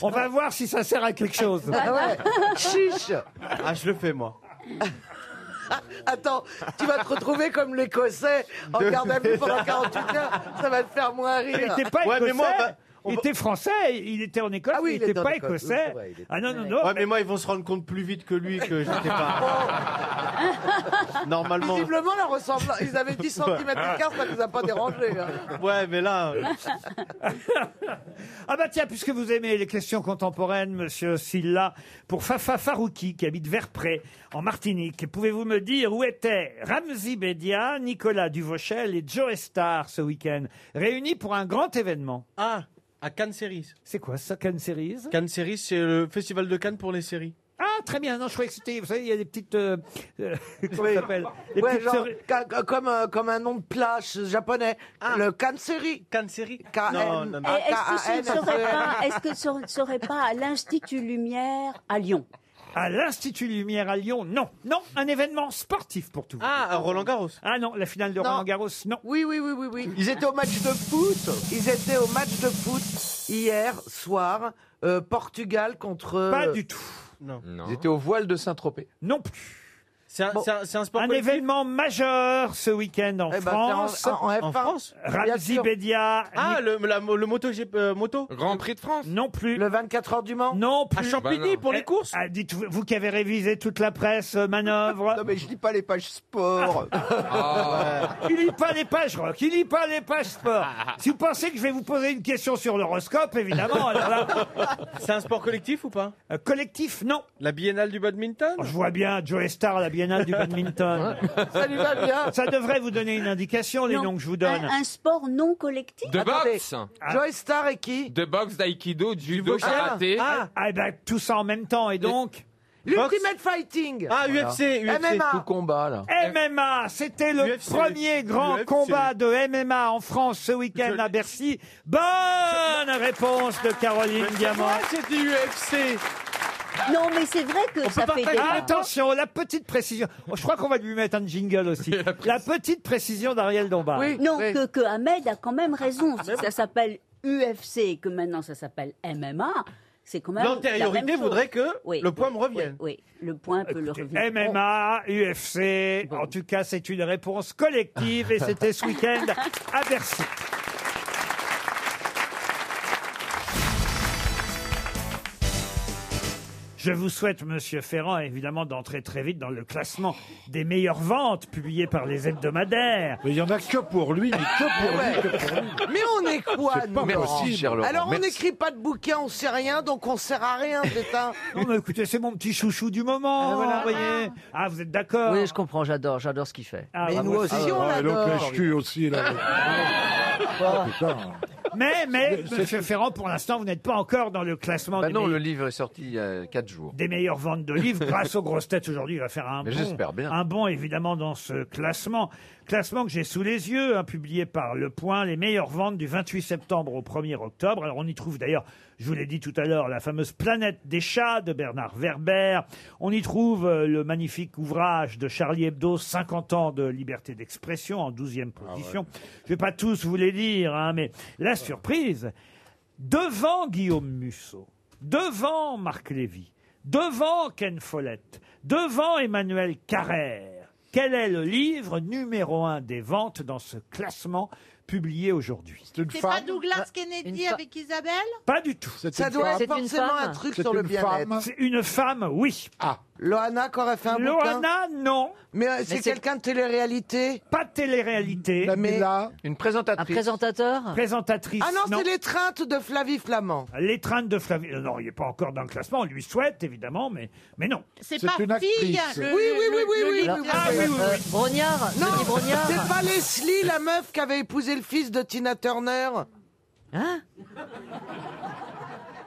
On va voir si ça sert à quelque
Ben
chose.
Chiche
Ah, je le fais moi.
Attends, tu vas te retrouver comme l'Écossais en
De-
garde à vue pendant 48 heures, ça va te faire moins
Il
rire.
n'était pas
Ouais,
écossais.
mais moi, on va- on
il
va-
était français, il était en Écosse,
Ah oui,
mais
il
il n'était
est en
pas
Écosse, oui,
écossais.
c'est vrai, il est-
ah non, non, non.
Ouais, mais moi, ils vont se rendre compte plus vite que lui que j'étais
Ah
pas. Normalement.
Visiblement, la ressemblance, ils avaient 10 cm d'écart, ça ne nous a pas hein. dérangé.
Ouais, mais là. euh,
Ah bah tiens, puisque vous aimez les questions contemporaines, monsieur Silla, pour Fafa Farouki, qui habite Verpré, en Martinique, pouvez-vous me dire où étaient Ramzi Bedia, Nicolas Duvauchel et Joe Star ce week-end, réunis pour un grand événement
Ah, à Cannes Series.
C'est quoi ça, Cannes Series
Cannes Series, c'est le festival de Cannes pour les séries.
Eh
Ah, très bien, non, je croyais que c'était... Vous savez, il y a des petites... euh, euh, comment ça s'appelle Des
Ouais,
petites
genre,
ceri- Ah.
ca- ca- comme, euh, comme un nom de plage japonais. Le kanseri.
Kanseri
Non, non, non.
E
Et Est-ce que ce ne
Euh,
serait pas, est-ce que ce ne serait pas à l'Institut Lumière à Lyon
À l'Institut Lumière à Lyon, non. Non, un événement sportif pour tout.
Ah, Roland Garros.
Ah non, la finale de Roland Garros, non.
Oui, oui, oui, oui, oui.
Ils étaient au match de foot
Ils étaient au match de foot hier soir, euh, Portugal contre.
Pas du tout.
Non.
Ils étaient au voile de Saint-Tropez.
Non plus.
C'est un, c'est un- c'est un sport
Un
collectif
événement majeur ce week-end en
Eh ben, c'est en-
France.
en- en F1.
Ramzi
Bien sûr.
Bedia.
Ah, le, la- le moto, G- euh, moto
Grand Prix de France Non plus. Le
24 heures du Mans
Non plus.
À Champigny pour les courses
Ah, dites, vous, vous qui avez révisé toute la presse, euh, manœuvre. non, mais je lis pas les pages sport.
Ah.
Il lit pas les pages rock, il lit pas les pages sport. si vous pensez que je vais vous poser une question sur l'horoscope, évidemment, alors là. Euh,
C'est un sport collectif ou pas
Collectif, non. Oh,
La biennale du badminton
Je vois bien Joe Star à la Biennale du badminton.
Ça lui va bien.
Ça devrait vous donner une indication, les
Non.
noms que je vous donne.
Un, un sport non collectif
De boxe
Ah.
Joy
Star et qui
De boxe, d'aïkido, de judo,
Vaucher
karaté.
Ah. Ah, ah, ben, tout ça en même temps, et donc
L'Ultimate Fighting
Ah, UFC, UFC,
MMA
tout
combat, là.
MMA, c'était le
UFC.
premier grand
UFC.
combat de MMA en France ce week-end à Bercy. Bonne réponse de Caroline Diamant.
C'était UFC.
Non, mais c'est vrai que ça fait
Ah,
débat.
Attention, la petite précision. Oh, Je crois qu'on va lui mettre un jingle aussi. La petite précision d'Ariel
Ah.
Dombard.
non, Que, que Ahmed a quand même raison. Si ça s'appelle UFC et que maintenant ça s'appelle MMA, c'est quand même. la
L'antériorité
même chose.
voudrait que
Oui,
le point
oui,
me revienne. Ah,
Oui, oui. le point peut le revenir.
MMA, UFC, en tout cas, c'est une réponse collective et c'était ce week-end à Bercy. Je vous souhaite, Monsieur Ferrand, évidemment, d'entrer très vite dans le classement des meilleures ventes publiées par les hebdomadaires. Mais il y en a que pour lui, mais que pour lui,
Mais on est quoi,
C'est
nous
pas
Laurent
possible, cher Laurent,
Alors, on
merci.
n'écrit pas de bouquin, on sait rien, donc on sert à rien, c'est un...
Non, mais écoutez, c'est mon petit chouchou du moment.
Ah, voilà.
vous voyez. Ah, vous êtes d'accord
Oui, je comprends, j'adore, j'adore ce qu'il fait.
Ah, Mais bah, nous moi aussi, aussi, on
a
Ah, l'adore. l'autre lèche-cul
aussi, là. Ah,
Mais, mais, Monsieur Ferrand, pour l'instant, vous n'êtes pas encore dans le classement
Bah
des
non, le
meilleurs-
livre est sorti il y a 4 jours.
des meilleures ventes de livres grâce aux grosses têtes aujourd'hui. Il va faire un
Mais
bon,
j'espère bien.
un bon évidemment dans ce classement. Classement que j'ai sous les yeux, hein, publié par Le Point, les meilleures ventes du 28 septembre au 1er octobre. Alors on y trouve d'ailleurs, je vous l'ai dit tout à l'heure, la fameuse Planète des chats de Bernard Werber. On y trouve euh, le magnifique ouvrage de Charlie Hebdo, 50 ans de liberté d'expression, en 12e
Ah
position. Je vais pas tous vous les lire, hein, mais la surprise, devant Guillaume Musso, devant Marc Lévy, devant Ken Follett, devant Emmanuel Carrère. Quel est le livre numéro un des ventes dans ce classement publié aujourd'hui C'est
C'est pas Douglas Kennedy avec Isabelle
Bah, Pas du tout.
Ça une doit être femme. forcément C'est une femme. un truc
C'est
sur le
une
bien-être.
femme C'est une femme, oui. Ah.
Loana qui aurait fait un bouquin
Loana, non.
Mais euh, c'est quelqu'un de télé-réalité
Pas de télé-réalité.
Pamela.
Une présentatrice.
Un présentateur
Présentatrice.
Ah non,
non.
c'est l'étreinte de Flavie Flamand.
L'étreinte de Flavie. euh, Non, il n'est pas encore dans le classement. On lui souhaite, évidemment, mais, mais non.
C'est C'est pas une fille, actrice. le-
Oui, oui, oui, oui, oui.
Alors, ah, oui, oui, oui.
Euh, Brognard
Non,
Denis Brognard
c'est pas Leslie, la meuf qui avait épousé le fils de Tina Turner.
Hein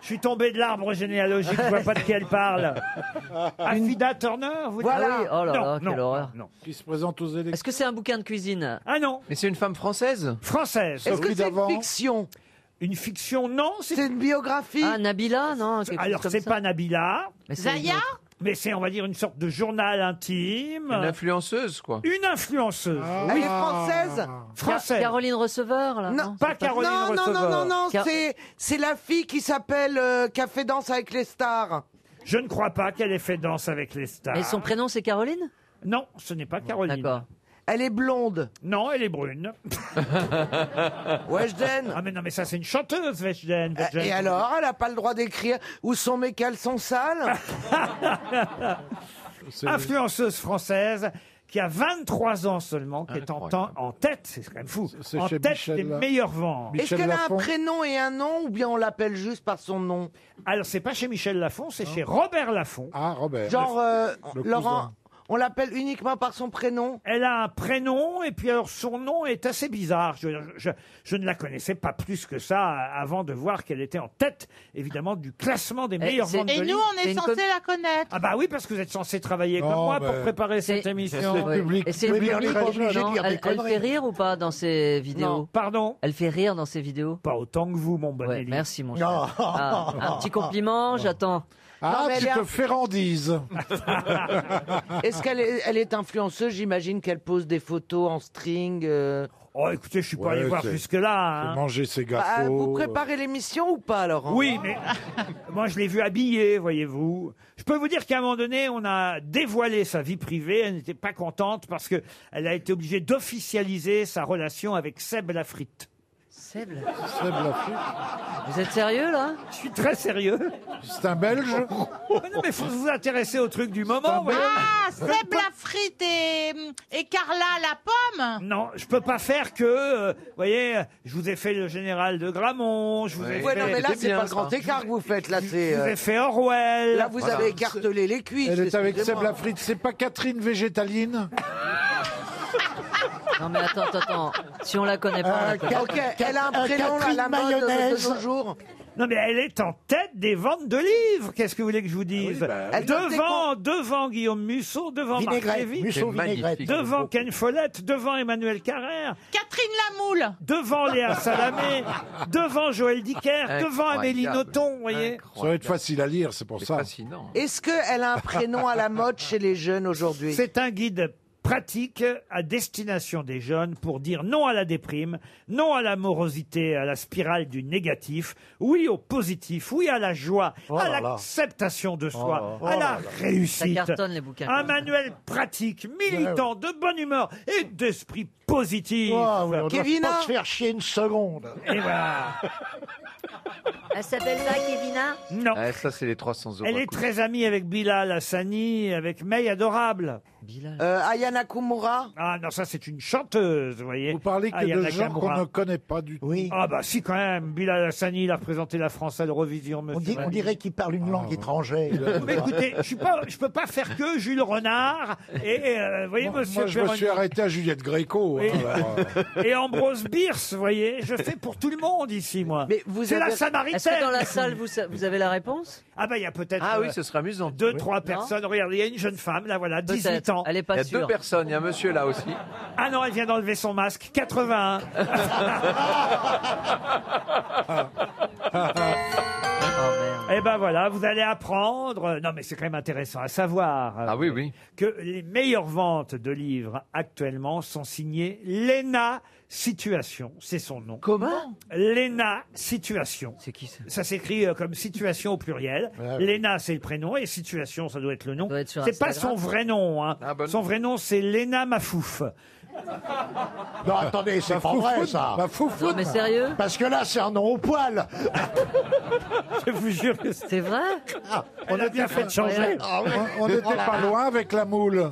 Je suis tombé de l'arbre généalogique, je vois pas de qui elle parle. Afida Ah, Turner, vous dites
Ah oui,
Non,
oh là
non,
là, quelle horreur.
Qui se présente aux élections.
Est-ce que c'est un bouquin de cuisine
Ah non
Mais c'est une femme française
Française.
Est-ce que Sophie c'est une d'Avant.
fiction Une fiction, non. C'est
une biographie.
Ah, Nabila, non quelque chose
Alors,
comme
c'est
ça.
pas Nabila.
Mais c'est une Zaya autre.
Mais c'est, on va dire, une sorte de journal intime.
Une influenceuse, quoi.
Une influenceuse.
Ah.
Elle
oui.
est française
Française.
Ca- Caroline Receveur, là
Non,
pas Caroline
non, non,
Receveur.
non, non, non,
Car-
c'est, c'est la fille qui s'appelle euh, qui a fait danse avec les stars.
Je ne crois pas qu'elle ait fait danse avec les stars.
Mais son prénom, c'est Caroline
Non, ce n'est pas Caroline.
D'accord.
Elle est blonde.
Non, elle est brune.
Weshden. Euh,
Ah mais non, mais ça c'est une chanteuse, Weshden. Weshden.
Et alors, elle n'a pas le droit d'écrire où sont mes caleçons sales
Influenceuse française qui a 23 ans seulement, qui est en, temps- en tête, c'est quand même fou,
c'est
en
chez
tête
Michel
des
La-
meilleures ventes.
Est-ce qu'elle a un prénom et un nom ou bien on l'appelle juste par son nom
Alors c'est pas chez Michel Lafon, c'est chez Robert Lafon. Ah, Robert.
Genre euh, Laurent, on l'appelle uniquement par son prénom
Elle a un prénom et puis alors son nom est assez bizarre. Je, je- je ne la connaissais pas plus que ça avant de voir qu'elle était en tête, évidemment, du classement des meilleures ventes de
Et nous,
livres.
on est censé la connaître.
Ah bah oui, parce que vous êtes censé travailler comme
Non,
moi pour
mais-
préparer cette émission.
Ouais. Et c'est le public, non elle, elle fait rire ou pas dans ses vidéos
Non, pardon.
Elle fait rire dans ses vidéos
Pas autant que vous, mon bon
Merci, mon cher. Ah, un petit Ah, compliment, j'attends.
Non,
Ah,
mais
tu
elle est
te
un-
férandises.
Est-ce qu'elle est, elle est influenceuse J'imagine qu'elle pose des photos en string. euh
Oh, écoutez, je suis
Ouais, c'est-
hein.
c'est Manger ses gâteaux.
Bah, vous préparez l'émission ou pas, Laurent
Oui, mais moi je l'ai vu habillée, voyez-vous. Je peux vous dire qu'à un moment donné, on a dévoilé sa vie privée. Elle n'était pas contente parce que elle a été obligée d'officialiser sa relation avec Seb Lafrite.
Seb
Lafrite.
Vous êtes sérieux là
Je suis très sérieux. C'est un Belge. non, mais faut vous intéresser au truc du moment. voyez.
Ah, Seb la frite et, et Carla la pomme
Non, je peux pas faire que, euh, vous voyez, je vous ai fait le général de Gramont, je vous ai
Ouais,
fait...
non, mais là, c'est pas le grand écart que vous faites. Là, c'est.
Je vous
euh,
ai fait Orwell.
Là, vous avez écartelé les cuisses.
Elle est avec Seb
excusez-moi.
Lafrite. C'est pas Catherine Végétaline
Non mais attends, attends, attends. Si on la connaît pas, on
Euh,
la connaît
Ok,
Euh,
pas.
elle a un prénom là, la mode de nos jours.
Non, mais elle est en tête des ventes de livres. Qu'est-ce que vous voulez que je vous dise
Elle doit
Devant, devant Guillaume Musso, devant Marc
Vinaigrette,
Lévy,
Musso, C'est Vinaigrette. magnifique.
devant Ken Follett, devant Emmanuel Carrère,
Catherine Lamoule
devant Léa Salamé, devant Joël Dicker, devant Amélie
Incroyable.
Nothomb, vous voyez
Ça va être facile à lire, c'est pour ça.
Est-ce qu'elle a un prénom à la mode chez les jeunes aujourd'hui
C'est un guide pratique à destination des jeunes pour dire non à la déprime, non à la morosité, à la spirale du négatif, oui au positif, oui à la joie, à
Oh là là.
l'acceptation de soi,
Oh
à
là
la
là.
réussite.
Ça cartonne, les bouquins.
Un manuel pratique, militant, de bonne humeur et d'esprit positif.
Oh,
Ah ouais, on doit
Kevina
pas se faire chier une seconde.
Et voilà.
Elle s'appelle là Kevina
Non.
Ah, ça, c'est les 300 euros.
Elle est très amie avec Bilal Hassani, avec May Adorable.
Euh, Ayana Kumura
Ah non, ça c'est une chanteuse, vous voyez. Vous parlez
que de gens qu'on ne connaît pas du tout.
Oui. Ah bah si quand même, Bilal Hassani, il a représenté la France à l'Eurovision, monsieur.
On, dit- on dirait qu'il parle une
Ah,
langue étrangère.
Mais écoutez, je suis pas, je peux pas faire que Jules Renard et euh, vous voyez
Moi,
Monsieur
moi, je me
Perroni.
suis arrêté à Juliette Gréco.
hein,
Et-
alors, euh,
Et Ambrose Bierce, vous voyez, je fais pour tout le monde ici, moi. c'est la Samaritaine.
Est-ce que dans la salle, vous, sa- vous avez la réponse
Ah bah il y a peut-être.
Ah oui,
euh,
ce serait amusant.
Deux,
Oui.
trois
Non.
personnes. Regardez, il y a une jeune femme, là voilà, 18
Peut-être.
ans. Elle est
Il y a deux personnes, il y a un monsieur là aussi.
Ah non, elle vient d'enlever son masque. 81. Et ben voilà, vous allez apprendre. euh, Non, mais c'est quand même intéressant à savoir. Ah oui, oui. Que les meilleures ventes de livres actuellement sont signées Lena Situation. C'est son nom.
Comment
Lena Situation. C'est qui ça Ça s'écrit euh, comme situation au pluriel.
Ah
ouais.
Lena, c'est le prénom et Situation, ça doit être le nom.
sur
C'est pas son
Instagram.
vrai nom. hein.
Ah,
son vrai nom, c'est Lena Mafouf.
Non, attendez, c'est pas vrai ça.
Non, mais sérieux
Parce que là, c'est un nom au poil.
Je vous jure que c'est
vrai.
Ah,
on a bien
fait de changer.
On n'était
Oh là
pas
là.
loin avec la moule.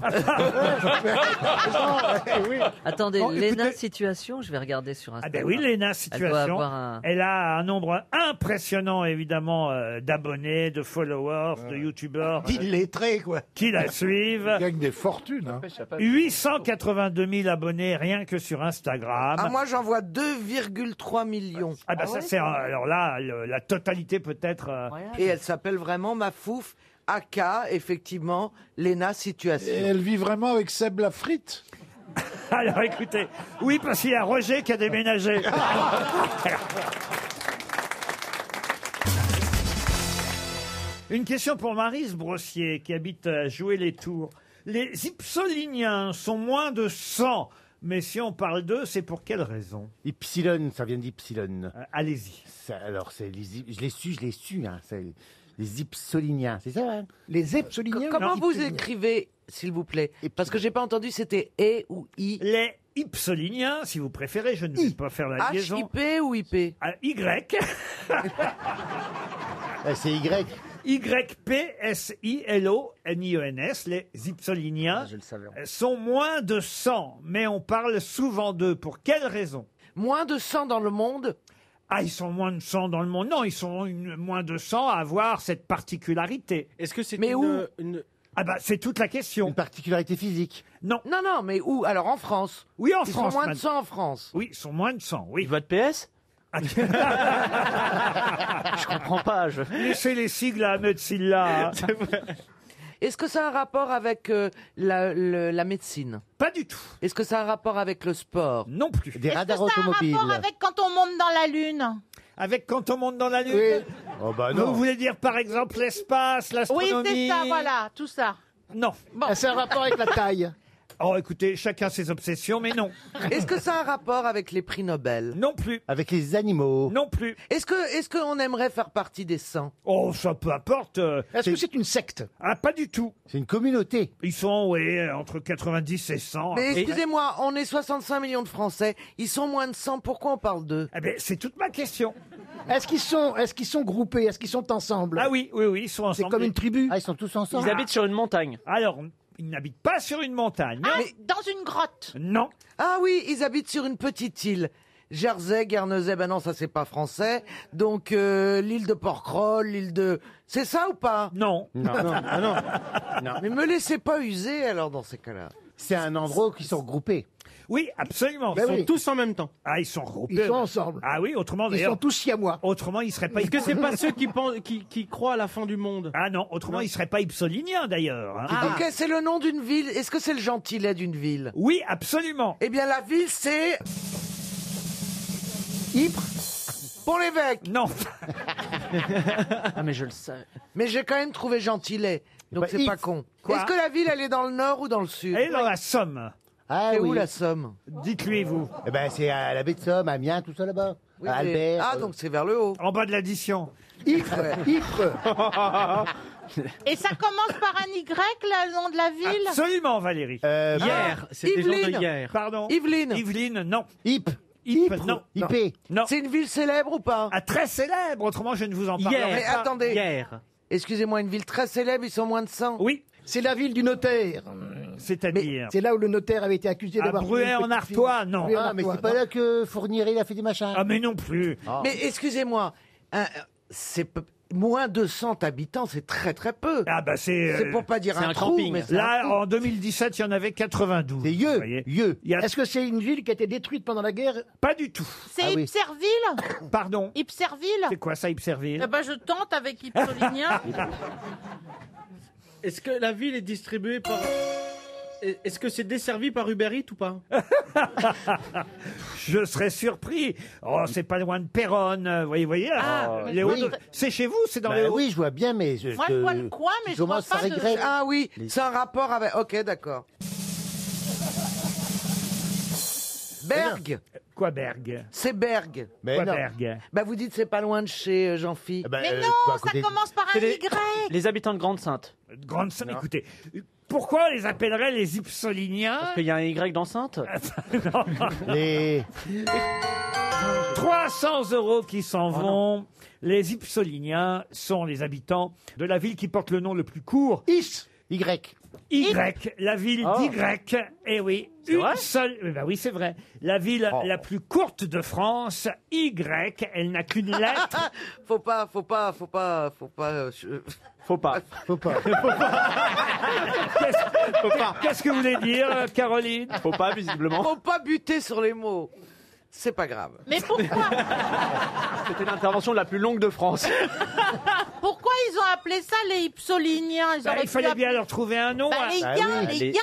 Attendez,
Bon,
Léna
écoutez-
Situation, je vais regarder sur
Ah
Instagram.
ben oui, Léna
Elle doit
Situation.
avoir un...
Elle a un nombre impressionnant, évidemment, euh, d'abonnés, de followers, de youtubeurs.
D'illettrés, quoi.
Qui la suivent.
Gagne des fortunes. hein.
882 000 abonnés rien que sur Instagram.
Ah, moi, j'en vois 2,3 millions.
bah. Ah bah ça c'est un- alors là Ah, le- la totalité peut-être. euh,
Et elle s'appelle vraiment Mafouf, Aka, effectivement, Lena Situation.
Et elle vit vraiment avec Seb Lafrite
Alors écoutez, oui parce qu'il y a Roger qui a déménagé. Une question pour Marise Brossier qui habite à Jouer-les-Tours. Les Ipsoliniens sont moins de 100, mais si on parle d'eux, c'est pour quelle raison
Ypsilon, ça vient d'Ypsilon.
Euh, Allez-y.
Alors, c'est les, Ip- je les su, je les su. Hein, c'est les Ypsiloniens, c'est ça hein
Les Epsoliniens Comment
ou
vous
Ipsoliniens
écrivez, s'il vous plaît Parce que j'ai pas entendu, c'était E ou I
Les Ipsoliniens, si vous préférez, je ne vais pas faire la liaison.
H-I-P ou IP
Ah, Y.
Eh, C'est Y.
Y-P-S-I-L-O-N-I-E-N-S, E les Ipsoliniens euh, sont moins de 100, mais on parle souvent d'eux. Pour quelle raison
Moins de 100 dans le monde
Ah, ils sont moins de 100 dans le monde. Non, ils sont une- moins de 100 à avoir cette particularité.
Est-ce que c'est
Mais
une,
où
une-
Ah bah, c'est toute la question. Une
particularité physique
Non.
Non, non, mais où Alors en France
Oui, en
Ils
France,
sont moins de
madame.
100 en France.
Oui, ils sont moins de 100, oui.
Votre PS
Je comprends pas. Je...
Laissez les sigles à Ahmed Silla. hein.
Est-ce que ça a un rapport avec euh, la, le- la médecine
Pas du tout.
Est-ce que ça a un rapport avec le sport
Non plus.
Des
Est-ce que ça a un rapport avec quand on monte dans la lune
Avec quand on monte dans la lune
Oh bah
Vous voulez dire par exemple l'espace,
Oui,
l'astronomie
c'est ça, voilà, tout ça.
Non.
Ah, C'est un rapport avec la taille.
Oh, écoutez, chacun ses obsessions, mais non.
Est-ce que ça a un rapport avec les prix Nobel
Non plus.
Avec les animaux
Non plus.
Est-ce que est-ce qu'on aimerait faire partie des saints
Oh, ça peu importe. euh,
Est-ce que c'est une secte
Ah, pas du tout.
C'est une communauté.
Ils sont, oui, entre 90 et 100.
Mais
Oh, Et-
excusez-moi, on est 65 millions de Français, ils sont moins de 100, pourquoi on parle d'eux
Eh ben, c'est toute ma question.
Est-ce qu'ils sont, est-ce qu'ils sont groupés Est-ce qu'ils sont ensemble
Ah oui, oui, oui, ils sont ensemble.
C'est comme une tribu.
ils sont tous
ensemble.
Ah, Ils habitent
sur une montagne. Alors, ils n'habitent pas sur une montagne. hein.
Ah, Dans une grotte.
Non.
Ah oui, ils habitent sur une petite île. Jersey, Guernesey, ben non, ça c'est pas français. Donc euh, l'île de Porquerolles, l'île de... C'est ça ou pas
Non.
Non. Ah non.
Mais me laissez pas user alors dans ces cas-là.
C'est un endroit où ils sont groupés.
Oui, absolument.
Ben
ils sont
oui.
tous en même temps. Ah, ils sont groupés.
Ils sont
ensemble.
Ah oui, autrement
Ils
d'ailleurs.
sont tous siamois.
Autrement, ils seraient pas.
Est-ce que c'est pas ceux qui, pensent, qui, qui croient à la fin du monde
Ah non, autrement, ils seraient pas ipsoliniens d'ailleurs. hein.
Ah. Ok, c'est le nom d'une ville. Est-ce que c'est le gentilé d'une ville
Oui, absolument.
Eh bien la ville c'est... Ypres Pour l'évêque
Non
Ah mais je le sais. Mais j'ai quand même trouvé gentilé, donc
Bah,
c'est pas
Ypres.
con.
Quoi
Est-ce que la ville elle est dans le nord ou dans le sud
Elle est dans la Somme.
Ah,
C'est où
oui.
la Somme
Dites-lui, vous.
Eh ben, c'est à la baie de Somme, Amiens, tout ça là-bas.
Oui,
À
mais-
Albert. euh,
Ah, donc c'est vers le haut.
En bas de l'addition.
Ypres,
Ypres.
Et ça commence par un Y, le nom de la ville
Absolument, Valérie.
Hier, ah, c'était Yveline. genre de hier.
Pardon.
Yveline.
Yveline, non.
Hip.
Hip, non.
Hippé.
Non.
C'est une ville célèbre ou pas
Ah, très célèbre, autrement je ne vous en parle
Hier. Mais attendez.
Hier.
Excusez-moi, une ville très célèbre, ils sont moins de 100.
Oui.
C'est la ville du notaire.
C'est-à-dire.
C'est là où le notaire avait été accusé
À
d'avoir. tué une petite
Bruay-en-Artois,
fille.
non.
Bruay-en-Artois,
Ah, mais c'est pas
non.
là que Fournier il a fait des machins.
Ah, mais non plus.
Mais excusez-moi, un- c'est peu- moins de 100 habitants, c'est très très peu.
Ah, bah c'est. euh,
C'est pour pas dire
c'est
un,
un
trou,
camping.
mais c'est un
Là,
trou.
en 2017, il y en avait 92. C'est
Yeux. Yeux.
Il y a
Est-ce que c'est une ville qui a été détruite pendant la guerre
pas du tout.
C'est
Ah oui.
Ipserville
Pardon.
Ipserville
C'est quoi ça,
Eh
Ipserville
ben, je tente avec Ipsolinien.
Est-ce que la ville est distribuée par... Est-ce que c'est desservi par Uber Eats ou pas
Je serais surpris. Oh, c'est pas loin de Péronne. euh, Voyez, voyez.
Ah,
euh,
mais
les
oui.
Hauts-de- C'est chez vous, c'est dans
Bah
les Hauts-
oui, je vois bien, mais. Je,
Moi, je vois le coin, mais je vois pas de-
Ah oui, c'est un rapport avec... Ok, d'accord. Berg,
Quoi, Berg
c'est Eh Berg.
Quoi,
Mais non.
Berg
Bah vous dites c'est pas loin de chez euh, Jean-Phi.
Eh ben,
Mais
euh,
non,
à
ça
côté-
commence par un
C'est les-
Y
Les habitants de Grande-Sainte.
Grande Somme, écoutez. Pourquoi on les appellerait les Ipsoliniens
Parce qu'il y a un Y dans Sainte.
Les.
300 euros qui
Oh
s'en vont. Les Ipsoliniens sont les habitants de la ville qui porte le nom le plus court.
Is. Y.
Y, la ville
Oh.
d'Y. Eh oui,
C'est
une
vrai Oh.
seule. eh ben oui, c'est vrai. La ville la plus courte de France, Y. Elle n'a qu'une lettre.
Faut pas, faut pas, faut pas, faut pas. euh, je-
Faut pas.
Faut pas.
Faut pas.
Qu'est-ce que vous voulez dire, euh, Caroline
Faut pas, visiblement.
Faut pas buter sur les mots. C'est pas grave.
Mais pourquoi
C'était l'intervention la plus longue de France.
Pourquoi ils ont appelé ça les Ipsoliniens Ils
Bah,
auraient
Il
pu
fallait bien
appeler-
leur trouver un nom.
Bah,
hein.
les
Bah
gains,
oui,
les
les-
gains.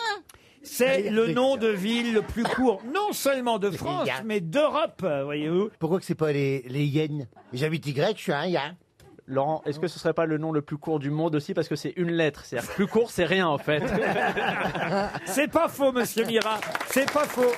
C'est le nom de ville le plus court, non seulement de France,
Bien.
mais d'Europe, euh, voyez-vous.
Pourquoi que c'est pas les, les yens J'habite Y, je suis un yen.
Laurent, est-ce que ce serait pas le nom le plus court du monde aussi Parce que c'est une lettre. C'est-à-dire que plus court, c'est rien en fait.
C'est pas faux, monsieur Mira. C'est pas faux.